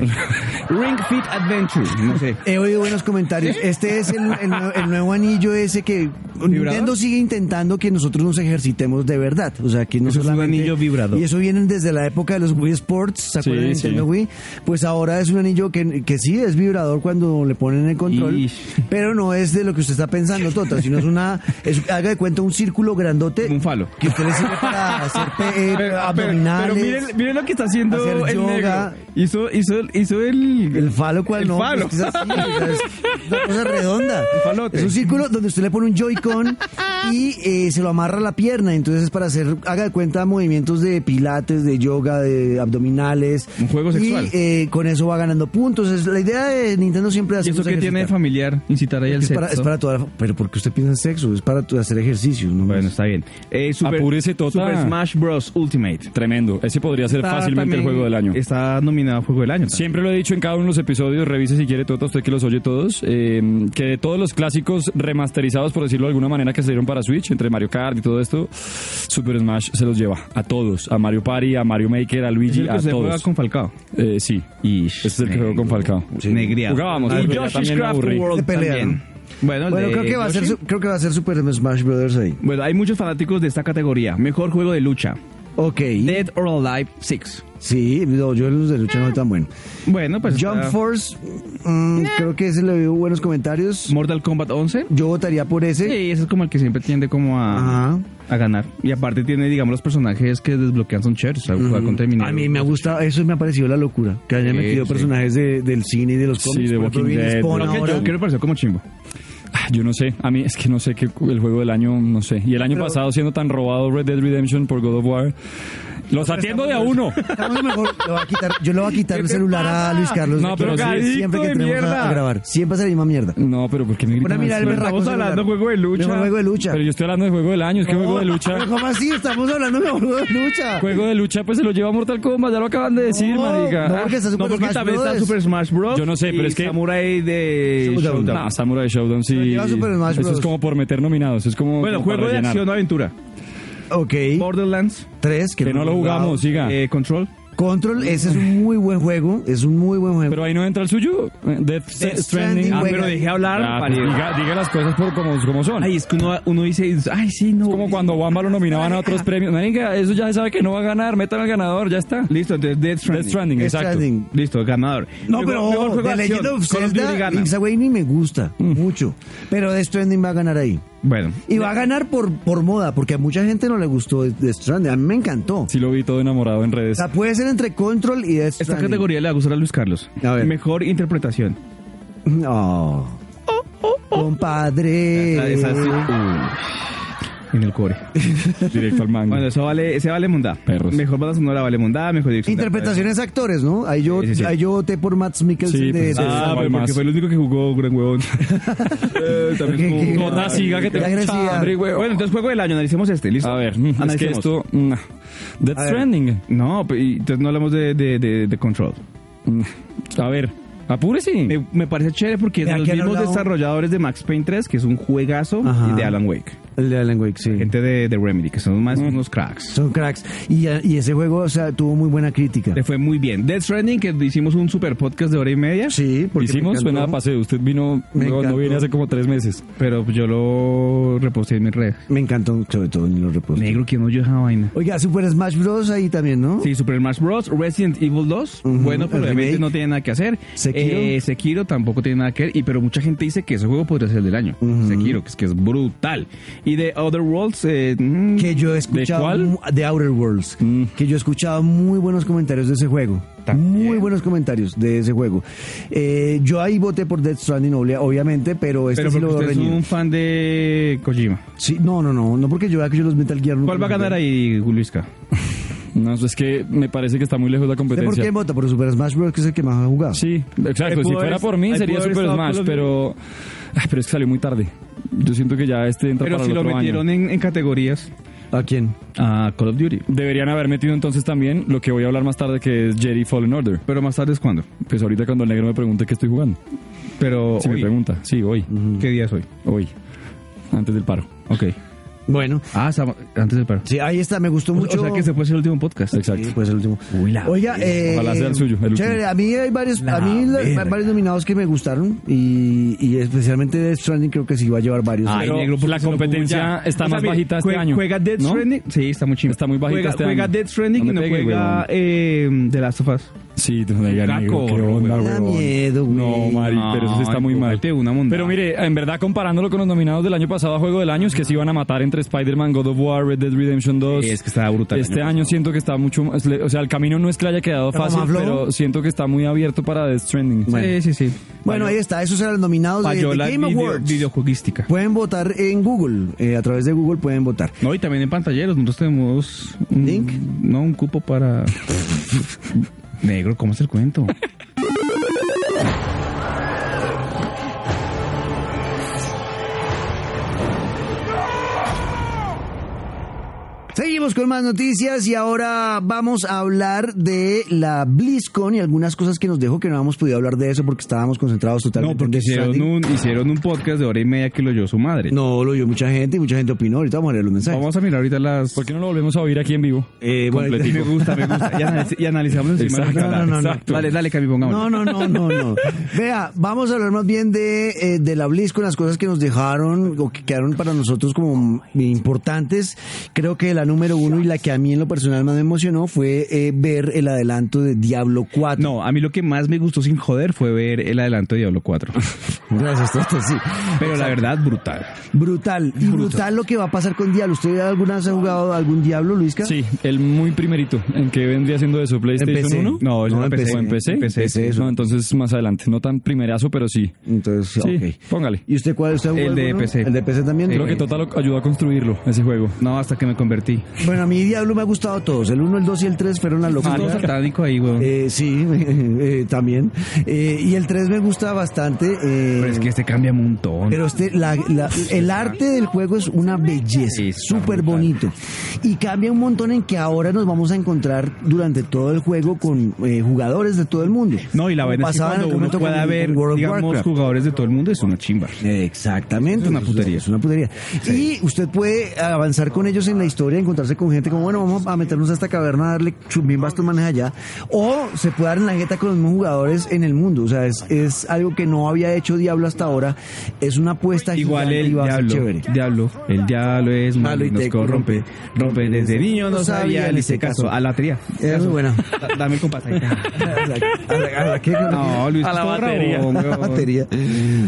Ring Fit Adventure. No sé. He oído buenos comentarios. Este es el, el nue- el nuevo anillo ese que Nintendo sigue intentando que nosotros nos ejercitemos de verdad. O sea, que no Eso es un solamente- anillo vibrador. Y eso viene desde la época de los Wii Sports, ¿se acuerdan de Sí, Nintendo sí. Wii? Pues ahora es un anillo que, que sí es vibrador cuando le ponen el control, Ish. pero no es de lo que usted está pensando, Tota, sino es una... es- haga de cuenta un círculo grandote Un falo. que usted le sirve para hacer pe- eh, abdominales. pero miren, miren lo que está haciendo hacer el yoga. negro. Hizo, hizo, hizo el... El falo cual El no, falo. pues, es así, o sea, es una cosa redonda. El falote. Es un círculo donde usted le pone un Joy-Con y eh, se lo amarra a la pierna, entonces es para hacer, haga de cuenta, movimientos de pilates, de yoga, de abdominales. Un juego sexual. Y eh, con eso va ganando puntos. Es, la idea de Nintendo siempre ¿Y hace eso que tiene de familiar? Incitar ahí al es sexo. para, es para toda la- Pero porque usted piensa en sexo, es para tu- hacer ejercicio. ¿no? Bueno, está bien. Eh, Super, Apúrese, Tota. Super Smash Bros. Ultimate. Tremendo. Ese podría ser Está fácilmente el también- juego del año. Está nominado a Juego del Año. también. Siempre lo he dicho en cada uno de los episodios, revise si quiere Tota, usted que los oye todos, eh, que de todos los clásicos remasterizados, por decirlo de alguna manera, que se dieron para Switch, entre Mario Kart y todo esto, Super Smash se los lleva a todos, a Mario Party, a Mario Maker, a Es Luigi, el que a se juega todos. con Falcao. Eh, sí, Y ese es el que juego con Falcao. Negriado. Jugábamos, Y pero ya Yoshi's también me Craft aburrí. World Se pelean. también. Bueno, el Bueno, de creo que, va a ser, Yoshi. su- creo que va a ser Super Smash Brothers ahí. Bueno, hay muchos fanáticos de esta categoría. Mejor juego de lucha. Ok. Dead or Alive 6. Sí, no, yo los de lucha no soy tan bueno. Bueno, pues Jump está Force, mm, creo que ese le dio buenos comentarios. Mortal Kombat 11. Yo votaría por ese. Sí, ese es como el que siempre tiende como a, Ajá. a ganar. Y aparte tiene, digamos, los personajes que desbloquean son chéveres. O sea, jugar contra Terminator. A mí me ha gustado, eso me ha parecido la locura. Que hayan Sí, metido sí. personajes de- del cine y de los Sí, cómics. de por ejemplo, Walking Vinny Dead, Spawn Walking ahora. Yo quiero parecer como chimbo. Ah, Yo no sé, a mí es que no sé qué el juego del año, no sé. Y el año Pero- pasado siendo tan robado Red Dead Redemption por God of War, los atiendo de a uno. Estamos mejor, le voy a quitar- yo le voy a quitar el celular a Luis Carlos. No, Le pero quiero decir sí, siempre que adicto de tenemos a, mierda. a grabar. Siempre hace la misma mierda. No, pero ¿por qué me Bueno, gritan mira, el así? berraco Estamos celular. hablando de juego de lucha. Oh. Mejor juego de lucha. Pero yo estoy hablando de juego del año, es que juego de lucha. Pero ¿Cómo así? Estamos hablando de juego de lucha. Juego de lucha, pues se lo lleva Mortal Kombat, ya lo acaban de decir, No, marica. no, porque está No, Super porque Smash también está Brothers. Super Smash Bros. Yo no sé, pero y es que- Samurai de Showdown. Showdown. No, Samurai Showdown sí. Se lo lleva Super Smash Eso es Bros. como por meter nominados, es como Bueno, como para juego de rellenar. acción o aventura. Ok. Borderlands, Tres, que, que no lo he jugado. jugamos, siga. eh, Control. Control, ese es un muy buen juego. Es un muy buen juego. pero ahí no entra el suyo, eh, Death Stranding, Stranding. Ah, Ah, juega. pero dejé hablar. ah, pues parido. diga, diga las cosas por como, como son. Ay, es que uno, uno dice, ay, sí, no. Es como cuando Wamba lo nominaban a ah. otros premios. Marica, eso ya se sabe que no va a ganar, metan al ganador, ya está. Listo, entonces Death Stranding. Death Stranding, Death exacto. Stranding. Listo, ganador. No, Mejor- pero mejor juego The de Legend acción. of Call Duty Zelda, gana. Link's Awakening me gusta Mm. mucho. Pero Death Stranding va a ganar ahí. Bueno, Y va a ganar por, por moda, porque a mucha gente no le gustó Death Stranding. A mí me encantó. Sí lo vi todo enamorado en O redes. sea, puede ser entre Control y Death esta Stranding. categoría le va a gustar a Luis Carlos. A ver. Mejor interpretación. No. Compadre. Esa- esa sí. Eh, Uy. En el core. Directo al mango. Bueno, eso vale, ese vale mundá. Perros. Mejor banda sonora vale mundá, mejor dirección. de- Interpretaciones actores, ¿no? Ahí yo, Sí, sí, sí. ahí yo voté por Max Mikkelsen Sí, de pues, de- Ah, Ah, pero hay porque más. fue el único que jugó, gran huevón. Eh, ¿Qué- también qué- jugó. Tota, siga que qué tengo mucha agresividad. hambre, güey. Bueno, entonces juego del año, analicemos este, listo. A ver, mm, es que Analicemos. esto. mm, ver. Death Stranding. No, pe- y entonces no hablamos de, de, de, de Control. Mm, A ver, apúrese. Me, me parece chévere porque es de Aquí los al mismos lado- desarrolladores de Max Payne 3, que es un juegazo, Ajá. y de Alan Wake. El de Alan Wake, sí. Gente de, de Remedy, que son más unos cracks. Son cracks. Y, y ese juego, o sea, tuvo muy buena crítica. Le fue muy bien. Death Stranding, que hicimos un super podcast de hora y media. Sí, porque Hicimos, me suena a encantó. paseo. Usted vino, Me no, no viene encantó. hace como tres meses. Pero yo lo reposté en mi red. Me encantó, sobre todo en los repuestos. Negro, que no yo esa vaina? Oiga, Super Smash Bros. ahí también, ¿no? Sí, Super Smash Bros. Resident Evil 2. Ujú, bueno, pero el obviamente remake. no tiene nada que hacer. Sekiro. Eh, Sekiro tampoco tiene nada que ver. Y, pero mucha gente dice que ese juego podría ser el del año. Sekiro, que es, que es brutal. Y de Other Worlds. eh, mm, Que yo he escuchado cuál? mu- de Outer Worlds. Que yo he escuchado muy buenos comentarios de ese juego. Muy buenos comentarios de ese juego. Eh, yo ahí voté por Death Stranding, obvia- obviamente, pero este Pero sí porque lo usted es reñí. un fan de Kojima. Sí, no, no, no, no porque yo vea que yo los Metal Gear nunca ¿Cuál va a los ganar jugué. ahí, Luisca? No, es que me parece que está muy lejos la ¿Usted por competencia. qué vota? Por Super Smash Bros. que es el que más ha jugado. Sí, exacto. Ahí Si pudo fuera haber- por mí ahí sería pudo haber Super estado Smash, Call of pero. Ay, pero es que salió muy tarde. Yo siento que ya este entra Pero para si el lo otro año. metieron en, en categorías ¿A quién? a Call of Duty. Deberían haber metido entonces también lo que voy a hablar más tarde, que es Jedi Fallen Order. Pero más tarde es cuando. Pues ahorita cuando el negro me pregunte qué estoy jugando. Pero Si me hoy. pregunta. Sí, hoy. ¿Qué día es hoy? Hoy. Antes del paro. Ok. Bueno, Ah, estaba- antes del paro. sí, ahí está, me gustó mucho. O sea que se puede ser el último podcast. Exacto. Sí, pues el último. Oiga, eh, Ojalá sea el suyo, el chévere, último. a mí hay varios, a La mí la- verga. varios nominados que me gustaron y, y especialmente Death Stranding creo que sí va a llevar varios. Ay, Pero ¿por qué la se lo pongo competencia ya? está O sea, más mire, bajita este jue- año, ¿Juega Death ¿no? Stranding? Sí, está muy chimba. Está muy bajita juega, este Juega año. Death Stranding No y me no pegue, juega huevón. eh, The Last of Us. Sí, no diga Caco, negro, qué no, onda, me da huevón. miedo, güey. No, Mari, pero eso sí está muy Ay, mal. cógete una mundada. Pero mire, en verdad, comparándolo con los nominados del año pasado a Juego del Año, es que se iban a matar entre Spider-Man, God of War, Red Dead Redemption 2. Sí, es que estaba brutal el Este año año siento que está mucho más. O sea, el camino no es que le haya quedado ¿Está fácil, más flojo? pero siento que está muy abierto para Death Stranding. Bueno. Sí, sí, sí. bueno, ahí está, esos eran los nominados de, Falló de la Game video- Awards. videojueguística. Pueden votar en Google, eh, a través de Google pueden votar. No, y también en pantalleros. Nosotros tenemos un, ¿Link? No, un cupo para... Negro, ¿cómo es el cuento? Seguimos con más noticias y ahora vamos a hablar de la BlizzCon y algunas cosas que nos dejó que no habíamos podido hablar de eso porque estábamos concentrados totalmente No, porque en Death hicieron Stranding. un, hicieron un podcast de hora y media que lo oyó su madre. No, lo oyó mucha gente y mucha gente opinó. Ahorita vamos a leer los mensajes. Vamos a mirar ahorita las... ¿Por qué no lo volvemos a oír aquí en vivo? Eh, bueno, Me Completico. gusta, me gusta. Y, analiz- y analizamos encima. Exacto. de No, la- no, no, no. Dale, dale, Cami, pongamos. No, no, no, no, no. Vea, vamos a hablar más bien de, eh, de la BlizzCon, las cosas que nos dejaron o que quedaron para nosotros como importantes. Creo que la número uno y la que a mí en lo personal más me emocionó fue eh, ver el adelanto de Diablo 4. No, a mí lo que más me gustó sin joder fue ver el adelanto de Diablo 4. Gracias, Toto, sí. Pero la verdad, brutal. Brutal. Y brutal lo que va a pasar con Diablo. ¿Usted alguna vez ha jugado algún Diablo, Luisca? Sí, el muy primerito. ¿En qué vendría siendo eso? ¿PlayStation PC. 1? No, yo No, no empecé. empecé. ¿O en PC? Empecé. Empecé, eso. No, entonces más adelante. No tan primerazo, pero sí. Entonces, Sí, ok. póngale. ¿Y usted cuál? Usted ha jugado El de alguno? PC. ¿El de PC también? Creo que Total ayudó a construirlo, ese juego. No, hasta que me convertí. Bueno, a mí Diablo me ha gustado todos. El 1, el 2 y el 3 fueron la locura. Todo satánico ahí, weón. Eh, sí, eh, también. Eh, y el 3 me gusta bastante. eh, Pero es que este cambia un montón. pero este, la- la- el arte del juego es una belleza, Sí, está súper brutal. bonito. Y cambia un montón en que ahora nos vamos a encontrar durante todo el juego con eh, jugadores de todo el mundo. no, y la Como verdad es que pasaba en cuando algún momento uno pueda con- ver, con World of digamos, Warcraft. jugadores de todo el mundo, es una chimba. Exactamente. Es una putería. Es una putería. Y usted puede avanzar con ellos en la historia, encontrarse con gente como, bueno, vamos a meternos a esta caverna, darle chumbimbas tu manes allá. O se puede dar en la jeta con los mismos jugadores en el mundo. O sea, es, es algo que no había hecho Diablo hasta ahora. Es una apuesta Igual gigante el y va a ser diablo, chévere. diablo, el diablo es malo y nos corrompe, rompe desde niño no sabía, le hice caso a la tría. Es muy buena. Da- Dame el compás ahí. ¿A la- a la qué? No, Luis, A la todo batería. rabón, La weón. batería.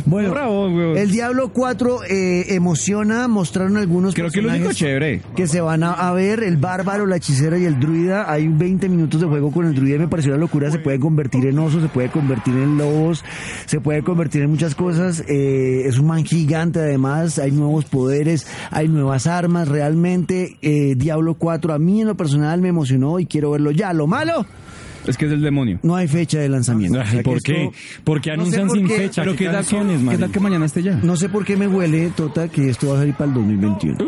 Bueno, Bravo, weón. el Diablo 4 eh, emociona, mostraron algunos Creo que lo único personajes chévere. que se van a, a ver, el bárbaro, la hechicera y el druida, hay 20 minutos de juego con el druida, y me pareció una locura, se puede convertir en osos, se puede convertir en lobos, se puede convertir en muchas cosas, eh, es un man gigante además, hay nuevos poderes, hay nuevas armas, realmente eh, Diablo 4 a mí en lo personal me emocionó y quiero verlo ya, lo malo, Es que es del demonio. no hay fecha de lanzamiento. O Ay, sea que ¿Por esto- qué? Porque no sé anuncian por sin qué, fecha. Pero qué tal, que, canciones, qué marica? tal que mañana esté ya. No sé por qué me huele, Tota, que esto va a salir para el 2021. Uh.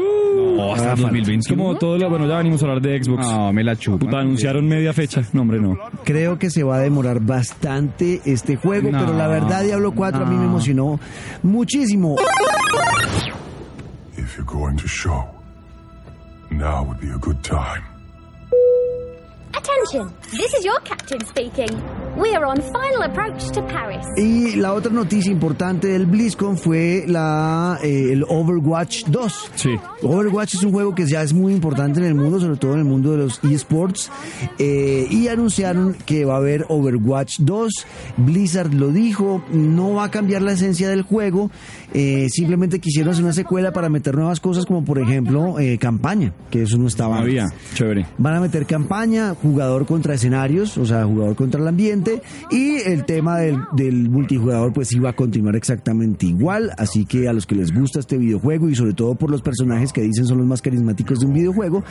Oh, No, hasta el Ah, Es como todo lo, bueno, ya venimos a hablar de Xbox. No, me la chupan. Puta, anunciaron media fecha. No, hombre, no. Creo que se va a demorar bastante este juego, No, pero la verdad Diablo 4 a mí no. me emocionó muchísimo. If you're going to show, now would be a good time. Attention, this is your captain speaking. We are on final approach to Paris. Y la otra noticia importante del BlizzCon fue la, eh, el Overwatch 2. Sí. Overwatch es un juego que ya es muy importante en el mundo, sobre todo en el mundo de los esports. eh, y anunciaron que va a haber Overwatch 2. Blizzard lo dijo, no va a cambiar la esencia del juego. eh, simplemente quisieron hacer una secuela para meter nuevas cosas, como por ejemplo eh, campaña, que eso no estaba. antes. Había, chévere. Van a meter campaña, jugador contra escenarios, o sea, jugador contra el ambiente. Y el tema del, del multijugador, pues iba a continuar exactamente igual. Así que a los que les gusta este videojuego y sobre todo por los personajes que dicen son los más carismáticos de un videojuego,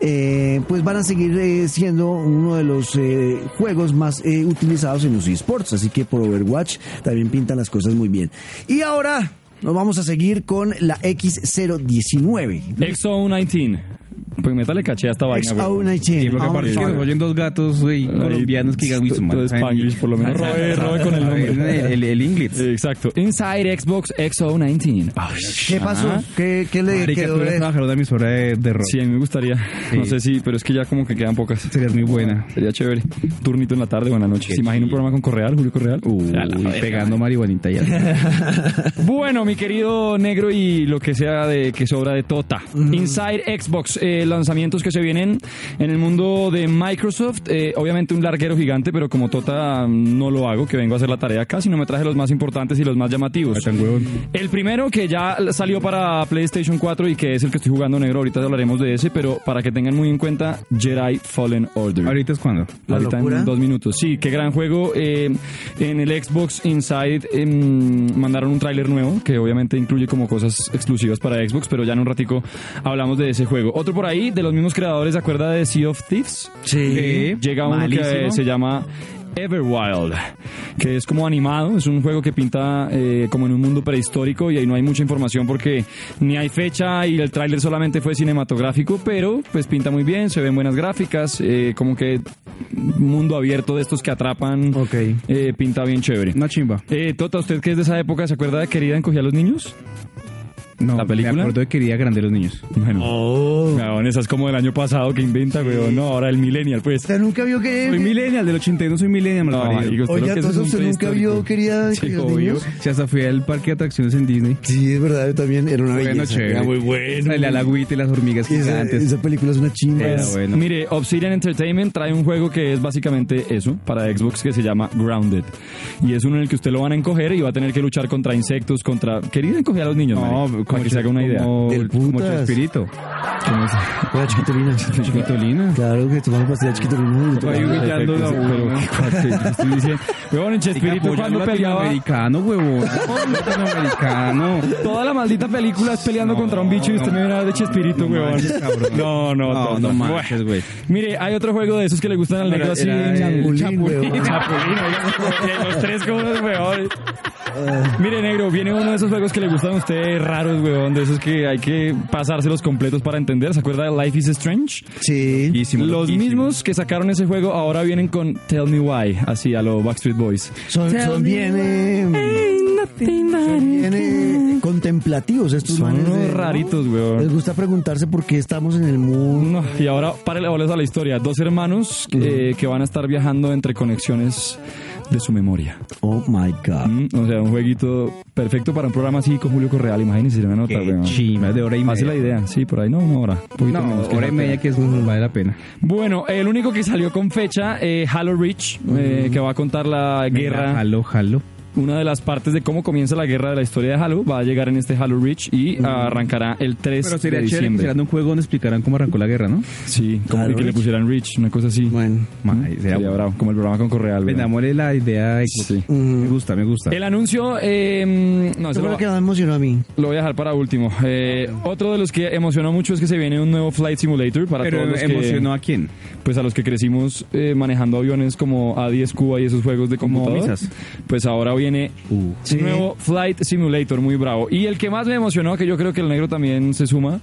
eh, pues van a seguir eh, siendo uno de los eh, juegos más eh, utilizados en los esports. Así que por Overwatch también pintan las cosas muy bien. Y ahora. Nos vamos a seguir con la X019. XO19. Pues métale caché a esta vaina, güey. XO19. porque aparte Vamos que a ver. nos oyen dos gatos güey, colombianos que digan, uy, su Todo madre, ¿saben? Spanglish, por lo menos. Robe, robe con el nombre. El- el- el inglés. Exacto. Inside Xbox XO19. ¿Qué pasó? ¿Qué, qué eh. le Marica, quedó? tú eres de- trabajador de emisora de, de rock. Sí, a mí me gustaría. No Sí. sé si, pero es que ya como que quedan pocas. Serías muy buena. Sería chévere. Turnito en la tarde o en la noche. ¿Se imagina un programa con Correal, Julio Correal? Uy, pegando marihuanita ya. Bueno, mi querido negro y lo que sea de que sobra de Tota. Inside Xbox, eh, lanzamientos que se vienen en el mundo de Microsoft. Eh, obviamente un larguero gigante, pero como Tota mm, no lo hago, que vengo a hacer la tarea acá, sino me traje los más importantes y los más llamativos. El primero que ya salió para PlayStation 4 y que es el que estoy jugando negro, ahorita hablaremos de ese, pero para que tengan muy en cuenta Jedi Fallen Order. Ahorita es cuando. La Ahorita locura. en dos minutos. Sí, qué gran juego. Eh, en el Xbox Inside em, mandaron un tráiler nuevo que obviamente incluye como cosas exclusivas para Xbox, pero ya en un ratico hablamos de ese juego. Otro por ahí, de los mismos creadores, ¿se acuerda de Sea of Thieves? Eh, Sí. Llega uno que Malísimo. se llama Everwild, que es como animado, es un juego que pinta eh, como en un mundo prehistórico y ahí no hay mucha información porque ni hay fecha y el tráiler solamente fue cinematográfico, pero pues pinta muy bien, se ven buenas gráficas, eh, como que mundo abierto de estos que atrapan, Ok. eh, pinta bien chévere. Una chimba. Eh, Tota, ¿usted que es de esa época se acuerda de Querida encogía a los niños? No, ¿La película? Me acuerdo de querida grande los niños. Bueno, Oh. weón, esa es como del año pasado que inventa, weón, no, ahora el millennial, pues. ¿Usted nunca vio que... Soy millennial, del 81 soy millennial, No, malparido. marica, usted lo Oiga, que es es entonces un usted nunca prehistórico. vio querida Sí, que los obvio. niños? Si hasta fui al parque de atracciones en Disney. Sí, es verdad, yo también era una Bueno, belleza. chévere. Era muy- bueno. El alagüite y las hormigas Esa, gigantes. esa película es una chimba. Era Ah, bueno. Pues, Mire, Obsidian Entertainment trae un juego que es básicamente eso para Xbox que se llama Grounded. Y es uno en el que usted lo van a encoger y va a tener que luchar contra insectos, contra... Querida encoger a los niños, No, marica, para como que se haga una idea. Como, Del como putas. Chespirito. ¿Cómo es? Era chiquitolina. Chespitolina. Claro que tomaba pastilla chiquitolina. y Estoy tomaba- humillando la Pero, buena. ¿qué cuate? Yo estoy diciendo- Huevón, en Chespirito cuando peleaba... Latinoamericano, huevón. Latinoamericano. Toda la maldita película es peleando contra un bicho y usted no. me viene de Chespirito, No huevón. manches, cabrón. No, no, No, no manches, güey. Mire, hay otro juego de esos que le gustan al negro Era- así. era el Chapulín, huevón. Chapulín, oiga, los tres cosas, huevón. Mire, negro, viene uno de esos juegos que le gustan a usted raros, huevón, de esos que hay que pasárselos completos para entender. ¿Se acuerda de Life is Strange? Sí. Loquísimo, Los loquísimo. mismos que sacaron ese juego ahora vienen con Tell Me Why, así a los Backstreet Boys. Son, son bien... eh, son bien eh, contemplativos estos Son manes. unos de- ¿no? raritos, weón. Les gusta preguntarse por qué estamos en el mundo. No, y ahora párale bolas a la historia. Dos hermanos eh, que van a estar viajando entre conexiones de su memoria. Oh my God. Mm, O sea, un jueguito perfecto para un programa así con Julio Correal. Imagínense, una nota. Qué weón. chimba, de hora y media. Hace la idea, sí, por ahí no, una hora. un poquito No, menos que hora y esa, media pero- que es, vale la pena. Bueno, el único que salió con fecha, eh, Halo Reach, eh, Mm. que va a contar la guerra. Jalo, jalo. Una de las partes de cómo comienza la guerra de la historia de Halo va a llegar en este Halo Reach y arrancará el Mm. 3 Pero de sería chévere que diciembre. hicieran un juego donde explicaran cómo arrancó la guerra, ¿no? Sí, como Halo que le Reach. pusieran Reach, una cosa así. Bueno. Ma, sería Sería bravo, como el programa con Correal. Me weón. enamoré la idea. de- Sí. Me gusta, me gusta. El anuncio, eh, no, ese Yo lo, creo que me emocionó a mí. lo voy a dejar para último. Eh, otro de los que emocionó mucho es que se viene un nuevo Flight Simulator para Pero todos los que, emocionó a quién? pues a los que crecimos eh, manejando aviones como A10 Cuba y esos juegos de Como computador. misas. Pues ahora viene Uh. un Sí. nuevo Flight Simulator, muy bravo. Y el que más me emocionó, que yo creo que el negro también se suma,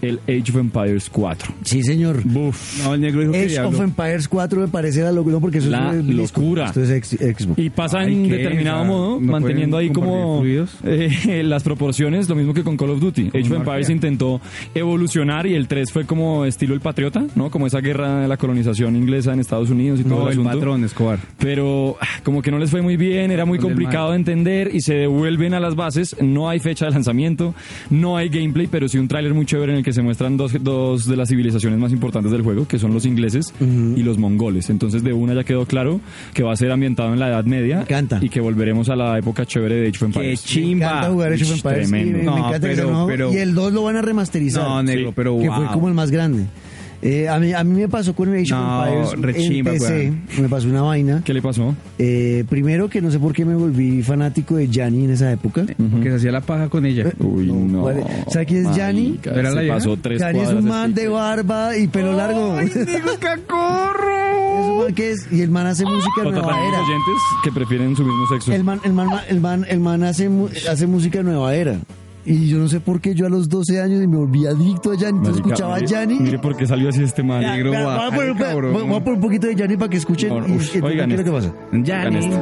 el Age of Empires 4. Sí, señor. Buf. No, el negro dijo que Age of Em- diablo. Empires 4 me parece la locura, porque eso La es un disco. locura. Esto es ex- Xbox. Y pasa Ay, en ¿qué? determinado O sea, modo, ¿no manteniendo pueden ahí como compartir fluidos? eh, las proporciones, lo mismo que con Call of Duty. Age of Empires monarquía. intentó evolucionar y el 3 fue como estilo el patriota, ¿no? Como esa guerra de la colonización inglesa en Estados Unidos y todo No, el el asunto. patrón, Escobar. Pero ah, como que no les fue muy bien, era muy Con el complicado de entender y se devuelven a las bases. No hay fecha de lanzamiento, no hay gameplay, pero sí un tráiler muy chévere en el que se muestran dos, dos de las civilizaciones más importantes del juego, que son los ingleses y los mongoles. Entonces de una ya quedó claro que va a ser ambientado en la Edad Media encanta. y que volveremos a la época chévere de Age of Empires. chi- Me encanta Chimba. jugar Age of Ush, Empires. tremendo. y me- me No, encanta que sea pero- nuevo. pero- Y el 2 lo van a remasterizar. No, negro, Sí. pero que wow. fue como el más grande. Eh, a, mí, a mí me pasó con Age No, of Empires en rechimba, PC, weón. me pasó una vaina. ¿Qué le pasó? Eh, primero que no sé por qué me volví fanático de Yanni en esa época. Porque se hacía la paja con ella. Uy, No, no. vale. ¿Sabe quién es Gianni? Marica, ¿Era la Se vieja? pasó tres Yanni es un cuadras de este man de street. barba y pelo largo. Es un man que es- y el man hace música Para nueva los era. oyentes que prefieren su mismo sexo. El man, el man, el man, el man hace, mu- hace música nueva era. Y yo no sé por qué yo a los 12 años me volví adicto a Yanni. Entonces Marica, escuchaba a mire- Yanni. Mire por qué salió así este man. Negro, Voy a guacal, poner- cabrón. voy a poner un poquito de Yanni para que escuchen. No, no, y- ush, y- oigan ¿qué es lo que esto. pasa? Ya, Oigan esto.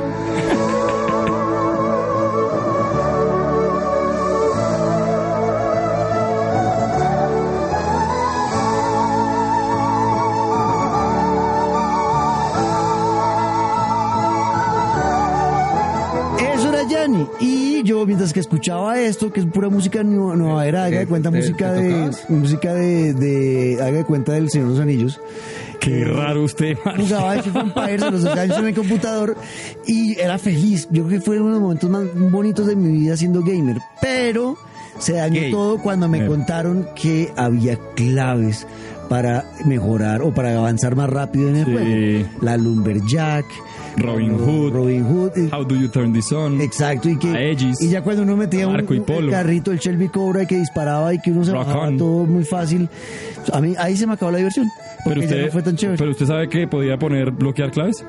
Eso era Yanni. Y yo, mientras que escuchaba esto, que es pura música nu- nueva era, haga de ¿Te- cuenta, Eh, te- música te de. tocabas? Música de. de- haga de cuenta del Señor de los Anillos. Eh, Qué raro usted, man. Jugaba Age of Empires a los 12 años en el computador y era feliz. Yo creo que fue uno de los momentos más bonitos de mi vida siendo gamer. Pero se dañó Gay. todo cuando me Eh. contaron que había claves para mejorar o para avanzar más rápido en el Sí. juego. La Lumberjack, eh, Robin Hood. Robin Hood, eh, How do you turn this on? Exacto, y que A Aegis, y ya cuando uno metía a un, Marco y un Polo. carrito, el Shelby Cobra que disparaba y que uno se Rock bajaba on. todo muy fácil, a mí ahí se me acabó la diversión. Porque Pero ya usted, no fue tan chévere. pero usted sabe que podía poner bloquear claves.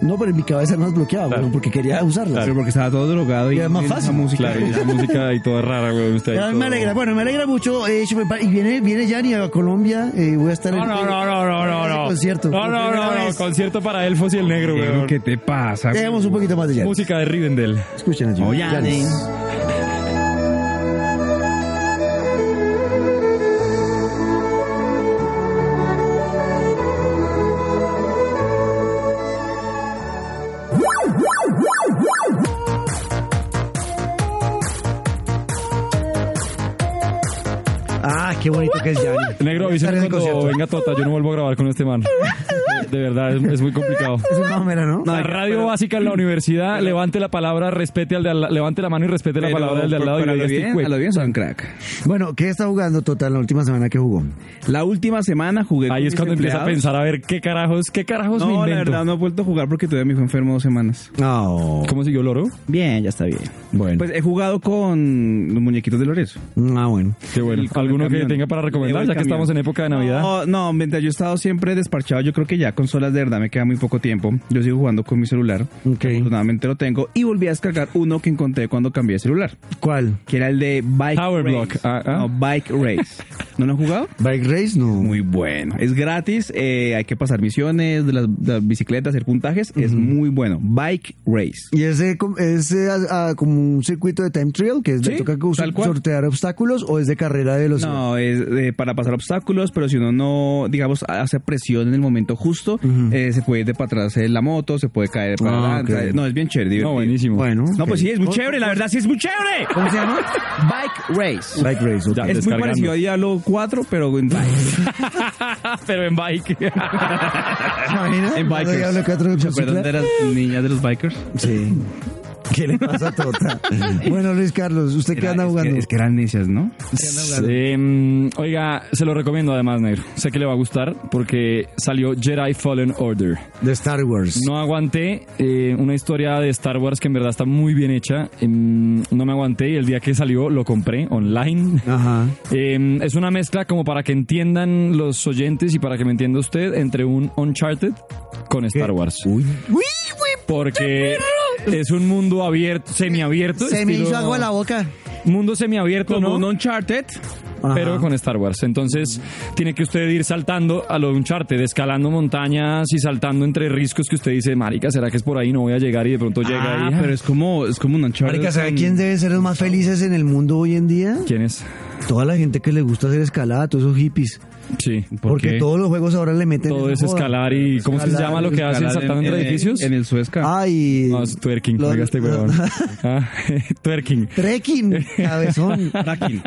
no, pero en mi cabeza no las bloqueaba, Claro. weón, porque quería usarlas. Pero porque estaba todo drogado y, Y era más esa fácil. música. Claro, y esa música ahí toda rara, güey. Usted ahí Pero todo- me alegra, bueno, me alegra mucho. eh, Age of Empires. y viene, viene Yanni a Colombia. eh, voy a estar No, en no, no, no, no, no, no. Concierto. No, Por no, primera no, no. vez. Concierto para elfos y el negro, Negro, güey. ¿Qué te pasa? Dejemos un poquito más de Yanni. Música de Rivendell. Escuchen a Yanni. Oh, Yanni. Ah, qué bonito que es Yanni. Negro, Estar en el avísame cuando concierto. venga Tota. Yo no vuelvo a grabar con este man. De verdad, es, es muy complicado. Es una mamera, ¿no? La radio básica en la universidad, levante la palabra, respete al de al- levante la mano y respete la palabra del de al lado. y pero a yo lo diga, bien, "Este a lo bien son crack. Bueno, ¿qué está jugando Total la última semana que jugó? La última semana jugué con Ahí es mis cuando empieza a empleados. pensar a ver qué carajos, qué carajos me No, la invento. verdad no he vuelto a jugar porque todavía me fue enfermo dos semanas. No. ¿Cómo siguió Loro? Bien, ya está bien. Bueno. Pues he jugado con los muñequitos de Lorenzo. ah, bueno. Qué bueno. El- con el ¿Alguno que camión. tenga para Llevo recomendar, el ya que camión. estamos en época de Navidad? No, no, mientras yo he estado siempre desparchado, yo creo que ya consolas de verdad me queda muy poco tiempo. Yo sigo jugando con mi celular. Ok. Afortunadamente lo tengo. Y volví a descargar uno que encontré cuando cambié de celular. ¿Cuál? Que era el de Bike Power Race. Block. Ah, ah. No, Bike Race. ¿No lo han jugado? Bike Race no. Muy bueno. Es gratis, eh, hay que pasar misiones de las, de las bicicletas, hacer puntajes. Es muy bueno. Bike Race. ¿Y ese com- es eh, a- a- como un circuito de time trial que es de Sí, toca que tal cual. sortear obstáculos o es de carrera de velocidad? No, es eh, para pasar obstáculos, pero si uno no, digamos, hace presión en el momento justo, eh, se puede ir de para atrás en la moto, se puede caer para Ah, adelante. ok. No, es bien chévere, No, divertido. buenísimo. Bueno. No, ok. pues sí, es muy chévere, la verdad sí es muy chévere. ¿Cómo se llama? Bike Race. Bike Race. ok. Ya. Es muy Descargando. parecido a Diablo 4, pero en bike. Pero en bike. ¿Se imagina? en Cuando bikers. Diablo 4 de ¿Se acuerdan bicicleta. de las niñas de los bikers? Sí. ¿Qué le pasa a Tota? bueno, Luis Carlos, ¿usted qué anda Era- es que- jugando? Es que eran necias, ¿no? Eh, mm, oiga, se lo recomiendo además, Negro. Sé que le va a gustar porque salió Jedi Fallen Order. De Star Wars. No aguanté eh, una historia de Star Wars que en verdad está muy bien hecha. Em, no me aguanté y el día que salió lo compré online. Ajá. Eh, es una mezcla como para que entiendan los oyentes y para que me entienda usted entre un Uncharted con Star Wars. Uy. Porque es un mundo abierto, semiabierto. Se me estilo- hizo agua la boca. Mundo semiabierto, Como ¿no? un Uncharted, Ajá. pero con Star Wars. Entonces, tiene que usted ir saltando a lo de Uncharted, escalando montañas y saltando entre riscos que usted dice, marica, ¿será que es por ahí? No voy a llegar y de pronto llega Ah, ahí. pero es como, es como un Uncharted. Marica, ¿sabe con- quién debe ser los más felices en el mundo hoy en día? ¿Quién es? Toda la gente que le gusta hacer escalada, todos esos hippies. Sí. ¿Por porque qué? todos los juegos ahora le meten. Todo esa es joda. escalar y... ¿Cómo es que se Escalar, llama lo que hacen Escalar saltando en- entre en- edificios? En el Ah, Suezca. Ay. No, es twerking, Los- oiga este los- huevón. Ah, twerking. Trekking, cabezón. Tracking.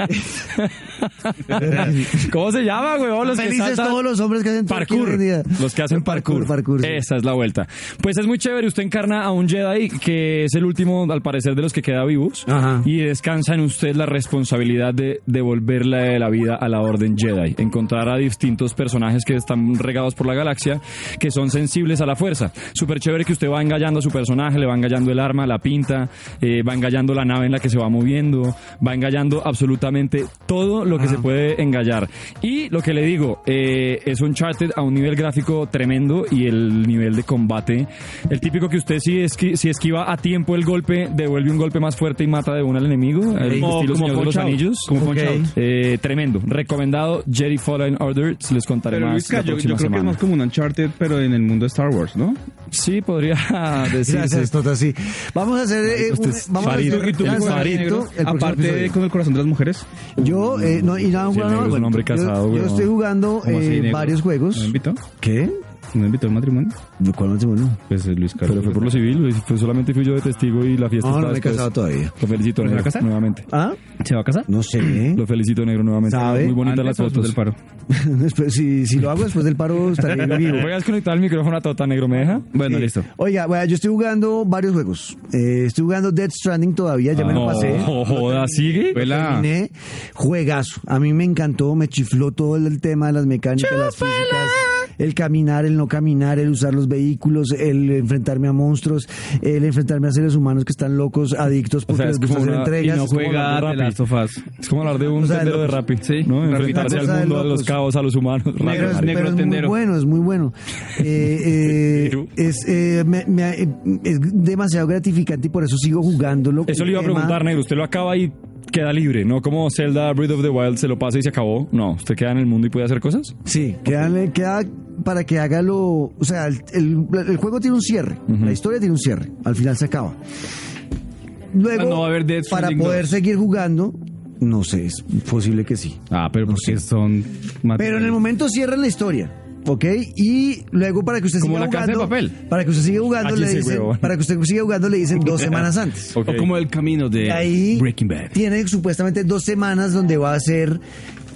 ¿Cómo se llama, huevón? Los que Felices saltan- todos los hombres que hacen trekking hoy Parkour. en día. Los que hacen parkour. Parkour, sí. Esa es la vuelta. Pues es muy chévere. Usted encarna a un Jedi que es el último, al parecer, de los que queda vivos. Ajá. Y descansa en usted la responsabilidad de devolverle la vida a la Orden Jedi. Encontrar a distintos personajes que están regados por la galaxia, que son sensibles a la fuerza. Súper chévere que usted va engallando a su personaje, le va engallando el arma, la pinta, eh, va engallando la nave en la que se va moviendo, va engallando absolutamente todo lo que se puede engallar. Y lo que le digo, eh, es un Uncharted a un nivel gráfico tremendo y el nivel de combate, el típico que usted si, esqui- si esquiva a tiempo el golpe, devuelve un golpe más fuerte y mata de una al enemigo, el Como- estilo como Señor de los Punch Out. Anillos. Como Punch Ok. Out. Eh, tremendo, recomendado Jerry Fallen Order, se les contaré Pero más Luisca, la yo, yo próxima creo que es semana. más como un Uncharted, pero en el mundo de Star Wars, ¿no? Sí, podría decirse. Gracias, Tota, sí. Vamos a hacer eh, Usted un- es vamos a hacer Farid. un ¿Y tú, lanzamiento Farid, el próximo Aparte episodio. con el corazón de las mujeres. Yo, eh, no, y nada, Sí, el no, negro es un hombre yo- casado, yo, weón. estoy jugando ¿Cómo así, eh, negro? varios juegos. ¿No invitó? ¿Qué? ¿No invitó al matrimonio? ¿Cuál matrimonio? Pues eh, Luis Carlos. Pero fue por lo civil, Luis, pues solamente fui yo de testigo y la fiesta No, no está me he después. pues. casado todavía. Lo felicito, va a negro, casar? nuevamente. ¿Ah? ¿Se va a casar? No sé. ¿eh? Lo felicito, negro, nuevamente. ¿Sabe? pues, Muy bonitas Antes las o fotos. después del paro. Después- si, si lo hago después del paro, estaré vivo. Voy a desconectar el micrófono a Tota Negro, ¿me deja? Bueno, Sí. listo. Oiga, bueno, yo estoy jugando varios juegos. Eh, estoy jugando Dead Stranding todavía, ya me lo no, pasé. joda, ¿sigue? Vela. Terminé. Juegazo. A mí me encantó, me chifló todo el tema de las mecánicas, las físicas, el caminar, el no caminar, el usar los vehículos, el enfrentarme a monstruos, el enfrentarme a seres humanos que están locos, adictos porque sea, les es gusta como hacer una- y entregas. no Es como juega la- de de Rappi. las sofás. Es como hablar de un Cosa de tendero de locos. rapi, Sí, ¿no? una Enfrentarse al cosa de mundo, a los locos. cabos, a los humanos. Pero pues, es, Rápido. negro pero es muy tendero. bueno, es muy bueno. Eh, eh, es, eh, me- me- es demasiado gratificante y por eso sigo jugándolo. Eso le iba a Tema- preguntar, negro. Usted lo acaba y queda libre, ¿no? Como Zelda Breath of the Wild se lo pasa y se acabó. No, usted queda en el mundo y puede hacer cosas. Sí, queda, queda para que haga lo... O sea, el, el- el juego tiene un cierre, la historia tiene un cierre, al final se acaba. Luego, No va a haber Death para Stranding poder 2. seguir jugando, no sé, es posible que sí. Ah, pero porque son. Pero en el momento cierra la historia. ¿Ok? Y luego para que usted Como siga la Casa de jugando, Papel. para que usted siga jugando le Cállese, dicen, huevón. para que usted siga jugando le dicen dos semanas antes. Ok. O como el camino de Eh, Y ahí Breaking Bad. tiene supuestamente dos semanas donde va a hacer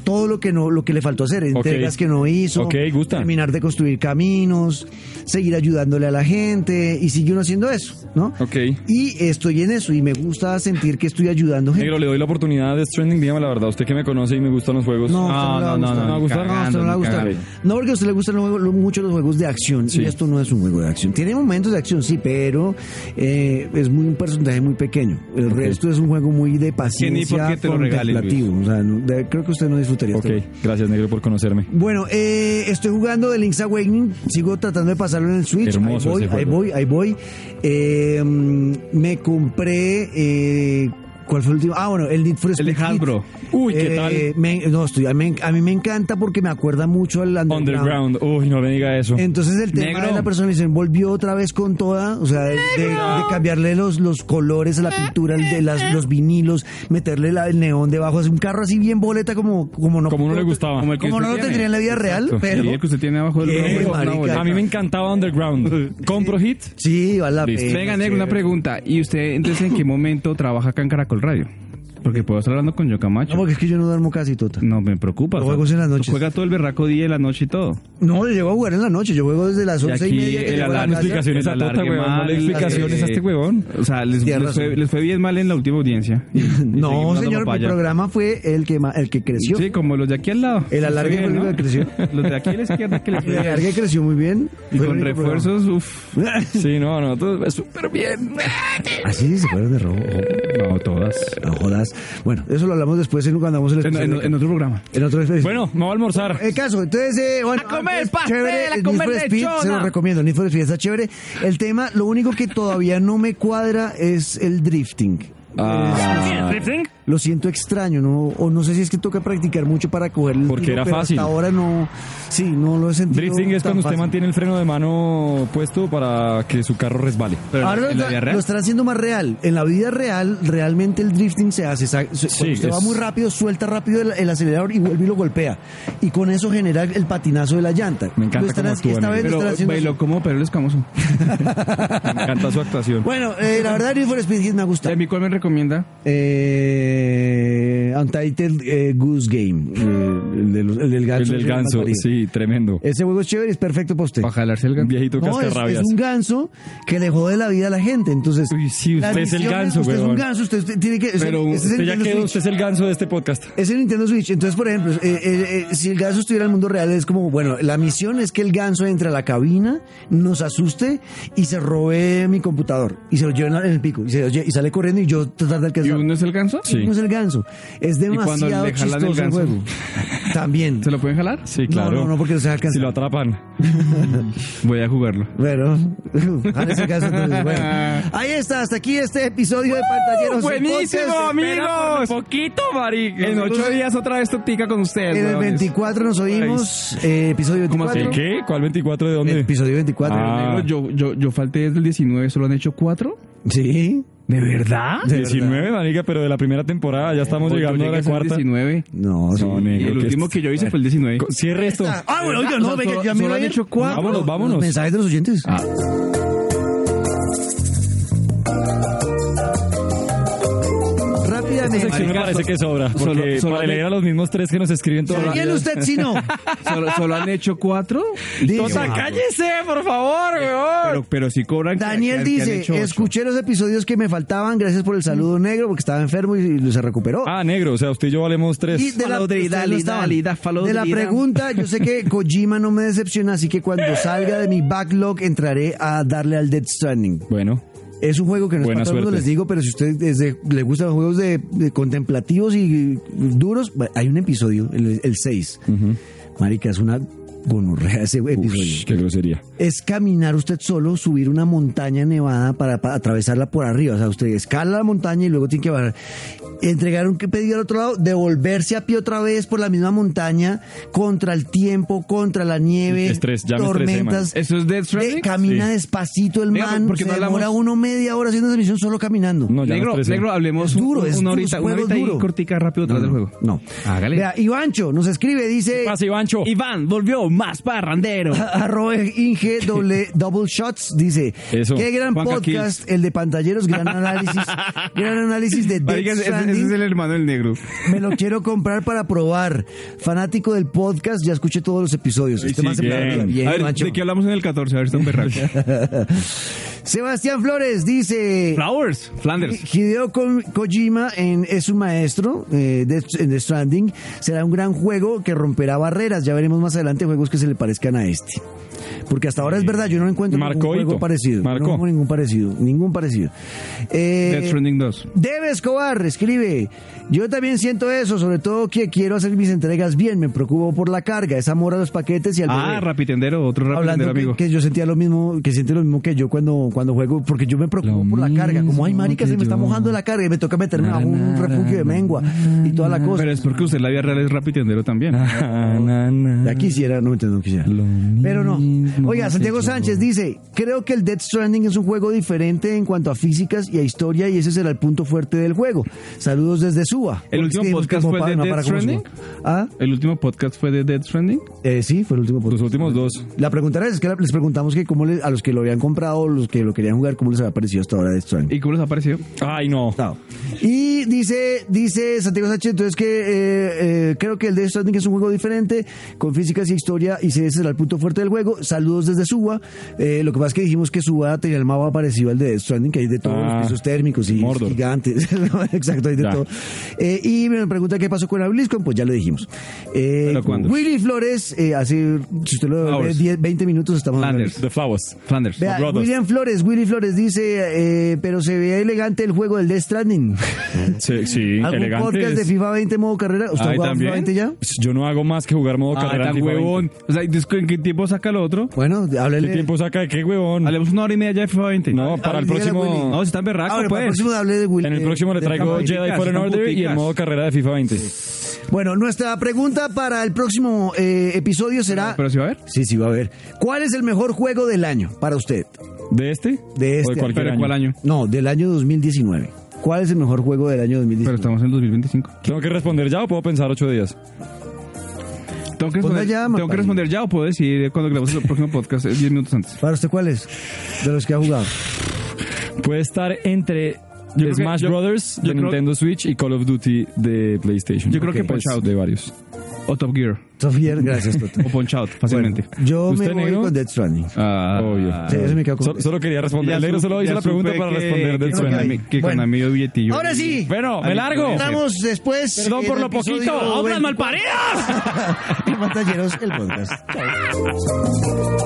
todo lo que no lo que le faltó hacer entregas que no hizo Ok, gusta. terminar de construir caminos seguir ayudándole a la gente y sigue uno haciendo eso no Ok. y estoy en eso y me gusta sentir que estoy ayudando gente Negro, le doy la oportunidad de Stranding. Dígame la verdad, usted que me conoce y me gustan los juegos. no, no, No, no, no, no, no, no, no, usted no, le va a cagando, ni gustar. cagando. no, porque a usted le gustan lo- lo- mucho los juegos de acción y esto no es un juego de acción. Tiene momentos de acción, sí, pero eh, es muy un personaje muy pequeño. El resto es un juego muy de paciencia, por qué te lo regalen, contemplativo. O sea, no- de- creo que usted no disfrutaría. Ok, esto. gracias, negro, por conocerme. Bueno, eh, estoy jugando The Link's Awakening, sigo tratando de pasarlo en el Switch. Hermoso ahí voy, ese ahí juego. voy, ahí voy. Eh, mm, me compré. Eh, ¿Cuál fue el último? Ah, bueno, el Need for Speed. de Heat. Hasbro. Uy, ¿qué tal? me- no, estoy, a, mí, a mí me encanta porque me acuerda mucho al Underground. Underground. Uy, no me diga eso. Entonces el tema Negro. de la personalización volvió otra vez con toda, o sea, de, de- de cambiarle los, los colores a la pintura, el de las, los vinilos, meterle la- el neón debajo, es un carro así bien boleta como, como no, Como no le gustaba. Como el que como no usted lo tiene. tendría en la vida real, pero Y el que usted tiene abajo del Qué brazo es una marica. boleta. A mí me encantaba Underground. ¿Compro hit? sí, vale la Listo. pena. Venga, negro, una chévere. pregunta. ¿Y usted entonces en qué momento trabaja acá en Caracol Radio? Porque puedo estar hablando con yo Camacho. No, porque es que yo no duermo casi, Tota. No, me preocupa. Los o sea, juegos en las noches. Juega todo el berraco día y la noche y todo. No, yo llego a jugar en la noche, yo juego desde las Y once y, aquí media. que el llego a la alarma casa. explicación. explicaciones a El Tota, alargue huevón. No mal, le explicaciones eh, a este huevón. O sea, les, Tienes les fue, razón. les fue bien mal en la última audiencia. Y- y No, seguimos dando señor, mi papaya. programa fue el que, ma- el que creció. Sí, como los de aquí al lado. El alargue Está bien, fue el que ¿no? Los de aquí a la izquierda que les El fue bien. alargue creció muy bien. Y Fue el con único programa. refuerzos, uff. Sí, no, no, todo es súper bien. Así se Ah, fueron de robo. Eh, No, todas. No jodas. Bueno, eso lo hablamos después en cuando hagamos el En, especial. en- en otro programa. En otro especial. Bueno, me voy a almorzar. El caso, entonces, eh, bueno, A comer es pastel, a el comer Need for Speed, se lo lechona. recomiendo, el Need for Speed está chévere. El tema, lo único que todavía no me cuadra es el drifting. Ah. Es- Eh, lo siento extraño, ¿no? O no sé si es que toca practicar mucho para coger el Porque tiro, era pero fácil. Hasta ahora no, sí, no lo he sentido Drifting es tan cuando usted fácil. mantiene el freno de mano puesto para que su carro resbale. Ahora lo, está- lo están haciendo más real. En la vida real, realmente el drifting se hace. sa- se- Sí, cuando usted va es- muy rápido, suelta rápido el, el acelerador y vuelve y lo golpea. Y con eso genera el patinazo de la llanta. Me encanta Lo están cómo haciendo- actúan, esta vez lo Pero están haciendo así. bailó como Pedro el Escamoso. Me encanta su actuación. Bueno, eh, la verdad, Need for Speed Heat me gusta. ¿A mí cuál me recomienda? Eh, Untitled eh, Goose Game. eh, el, de los- el del el ganso. del ganso, sí, tremendo. Ese juego es chévere, es perfecto para usted. Para jalarse el Un gan- viejito No, es, cascarrabias. es un ganso que le jode la vida a la gente. Entonces, Uy, sí, usted las es el misiones, ganso, Usted es un weón. ganso, usted, usted tiene que. es Pero el- ese es el usted ya Nintendo quedó, Switch. usted es el ganso de este podcast. Es el Nintendo Switch. Entonces, por ejemplo, eh, eh, eh, si el ganso estuviera en el mundo real, es como, bueno, la misión es que el ganso entre a la cabina, nos asuste y se robe mi computador. Y se lo lleven en el pico. Y, se lo lle- y sale corriendo y yo tratar de ¿Y alcanzar. uno es el ganso? Sí. No es el ganso. Es cuando demasiado le jalan el chistoso el ganso? juego. También. ¿Se lo pueden jalar? Sí, No, claro. no, no, porque no se va a alcanzar. Si lo atrapan. Voy a jugarlo. Bueno, en ese caso, entonces, bueno. Ahí está, hasta aquí este episodio de Pantalleros. ¡Buenísimo, Podcast. amigos! Poquito, marica. En ocho días otra vez Totica con ustedes. En el huevones. 24 nos oímos, eh, episodio ¿Cómo así? ¿El 24. qué? ¿Cuál 24 de El dónde? Episodio 24. Ah. Negro, Yo, yo, yo falté desde el 19, solo han hecho 4. Sí. ¿De verdad? De 19, marica, pero de la primera temporada. Ya estamos Hoy tú llegando a la llegas al cuarta. 19. No, sí. No, Y negro, el que último es- que yo hice fue el 19. Co- Cierre esto. Ah, bueno, oiga, no, O sea, venga, solo- ya me solo iba a han ir. hecho cuatro. Vámonos, Los vámonos. mensajes de los oyentes. Rápidamente. sección me parece que sobra. Solo- Porque solo- para leer a los mismos tres que nos escriben todos los ¿Quién días. usted si no? solo, solo han hecho 4. Dice- cállese, por favor, weón. Pero, pero sí cobran. que- Daniel que- que han dice, hecho ocho. escuché los episodios que me faltaban, gracias por el saludo negro, porque estaba enfermo y, y se recuperó. Ah, negro, o sea, usted y yo valemos tres. Y de la, Falodrida, ustedes no Lida, estaban. Lida, Falodrida. de la pregunta, yo sé que Kojima no me decepciona, así que cuando salga de mi backlog entraré a darle al Dead Stranding. Bueno, Es un juego que no es Buena para todo el mundo, suerte. les digo, pero si usted es de- le gustan los juegos de, de contemplativos y duros, bueno, hay un episodio, el, el 6. Marica, es una gonorrea ese episodio. Ush, qué grosería. Es caminar usted solo, subir una montaña nevada para, para atravesarla por arriba. O sea, usted escala la montaña y luego tiene que bajar. Entregar un pedido al otro lado, devolverse a pie otra vez por la misma montaña, contra el tiempo, contra la nieve, Estrés, ya me estresé, tormentas. ¿Eso es Death De- Stranding? camina Sí. despacito el Digamos, man, porque se no hablamos- demora uno media hora haciendo esa misión solo caminando. No, ya negro, nos estresé. negro, hablemos Es duro, un- es una duro, horita, es una juego horita duro. y cortica rápido tras del juego. No. Hágale. Oh. Vea, Ivancho nos escribe, dice Pase, Ivancho. Iván volvió más parrandero. arroba Inge doble- Double Shots, dice Eso. qué gran Juanca podcast el de pantalleros, gran análisis, gran análisis de Death Marica, ese, ese Stranding. es el hermano del negro. Me lo quiero comprar para probar. Fanático del podcast, ya escuché todos los episodios. Este man se bien. plantea bien, Eh, a ver, Ivancho. ¿de qué hablamos en el 14? A ver, está un berraco. Sebastián Flores dice Flowers, Flanders. Eh, Hideo Ko- Kojima en- es un maestro eh, de, en The Stranding. Será un gran juego que romperá barreras. Ya veremos más adelante juegos que se le parezcan a este. Porque hasta ahora es verdad, yo no encuentro Marcó ningún juego hito. parecido. Marcó. No tengo ningún parecido. Ningún parecido. Eh, Death Stranding 2. Debe Escobar escribe, yo también siento eso, sobre todo que quiero hacer mis entregas bien, me preocupo por la carga, es amor a los paquetes y al Ah, bebé". rapitendero, otro rapitendero, eh, Hablando que, amigo. que yo sentía lo mismo, que siente lo mismo que yo cuando, cuando juego, porque yo me preocupo por la carga. Como, ay, marica, se me está mojando la carga y me toca meterme a un refugio de mengua y toda la cosa. Ah. Pero es porque usted en la vida real es rapitendero también. Ah, Ya quisiera, no entiendo, no quisiera. Pero no. Oiga, Santiago Sánchez dice, creo que el Death Stranding es un juego diferente en cuanto a físicas y a historia y ese será el punto fuerte del juego. Saludos desde Suba. ¿El último Porque podcast como fue el pa- de no, Death para como Stranding? Suba. Ah, ¿El último podcast fue de Death Stranding? eh, sí, fue el último podcast. Pues, Los últimos dos. La pregunta era, es que les preguntamos que cómo les- a los que lo habían comprado, los que lo querían jugar, cómo les había parecido hasta ahora Death Stranding. ¿Y cómo les ha parecido? Ay, no. No. Y dice, dice Santiago Sánchez, entonces que eh, eh, creo que el Death Stranding es un juego diferente, con físicas y historia, y ese será el punto fuerte del juego. Saludos desde Suba. Eh, lo que pasa es que dijimos que Suba tenía el mapa parecido al de Death Stranding, que hay de todos Ah, los pisos térmicos y Mordor. gigantes. Exacto, hay de Ya. todo. Eh, y me pregunta qué pasó con la BlizzCon, pues ya lo dijimos. Eh, ¿Pero cuándo? Willy Flores, eh, hace, si usted lo ve, Hours. 10, 20 minutos estamos hablando. Landers. The Flowers. Flanders. Vea, Brothers. William Flores Flores, Willy Flores dice, eh, pero se ve elegante el juego del Death Stranding. Sí, sí, ¿Algún podcast de elegantes. FIFA 20 modo carrera? ¿Usted ha Ahí jugado FIFA también. 20 Pues, ya? Eh. Yo no hago más que jugar modo Ah, carrera. en tan FIFA 20. huevón. O sea, ¿y después ¿en qué tiempo saca lo otro? Bueno, ¿Qué háblele. tiempo saca de qué huevón? Hablemos una hora y media ya de Ah, FIFA 20. No, para el dígale, Willy. próximo. No, si están Ah, berracos, bueno, para el pues. próximo hable de Willy. En el próximo le del traigo Camaritas, Jedi Fallen están Order y el puticas. modo carrera de FIFA 20. Bueno, nuestra pregunta para el próximo eh, episodio será... Pero si va a ver. Sí, sí, va a ver. ¿Cuál es el mejor juego del año para usted? ¿De este? De ¿O este de cualquier Pero año? ¿cuál año? No, del año 2019. ¿Cuál es el mejor juego del año 2019? Pero estamos en 2025. ¿Tengo que responder ya o puedo pensar ocho días? Tengo que Ponla responder, ya, tengo Mapaín. que responder ya o puedo decir eh, cuando grabemos el próximo podcast, eh, 10 minutos antes. ¿Para usted cuál es? De los que ha jugado. Puede estar entre creo que- Smash yo- Brothers yo de creo- Nintendo Switch y Call of Duty de PlayStation. Yo creo que pues, Punch Out. de varios. O Top Gear. Sofier, gracias, Toto. O Punch Out, fácilmente. Yo me ¿Usted, voy negro? con Death Stranding. Ah, Obvio. Sí, eso me quedó con- Solo, solo quería responder. Ya Negro supe- solo hice ya la pregunta supe para que- responder del que suena. Konami- sueño. Que Bueno. Konami dio billetillo. Ahora sí. Bueno, me Ahí largo. está. Entramos después. Perdón en por el lo poquito. episodio 24. ¡Obras malparidas! Pantalleros, el podcast. Chao.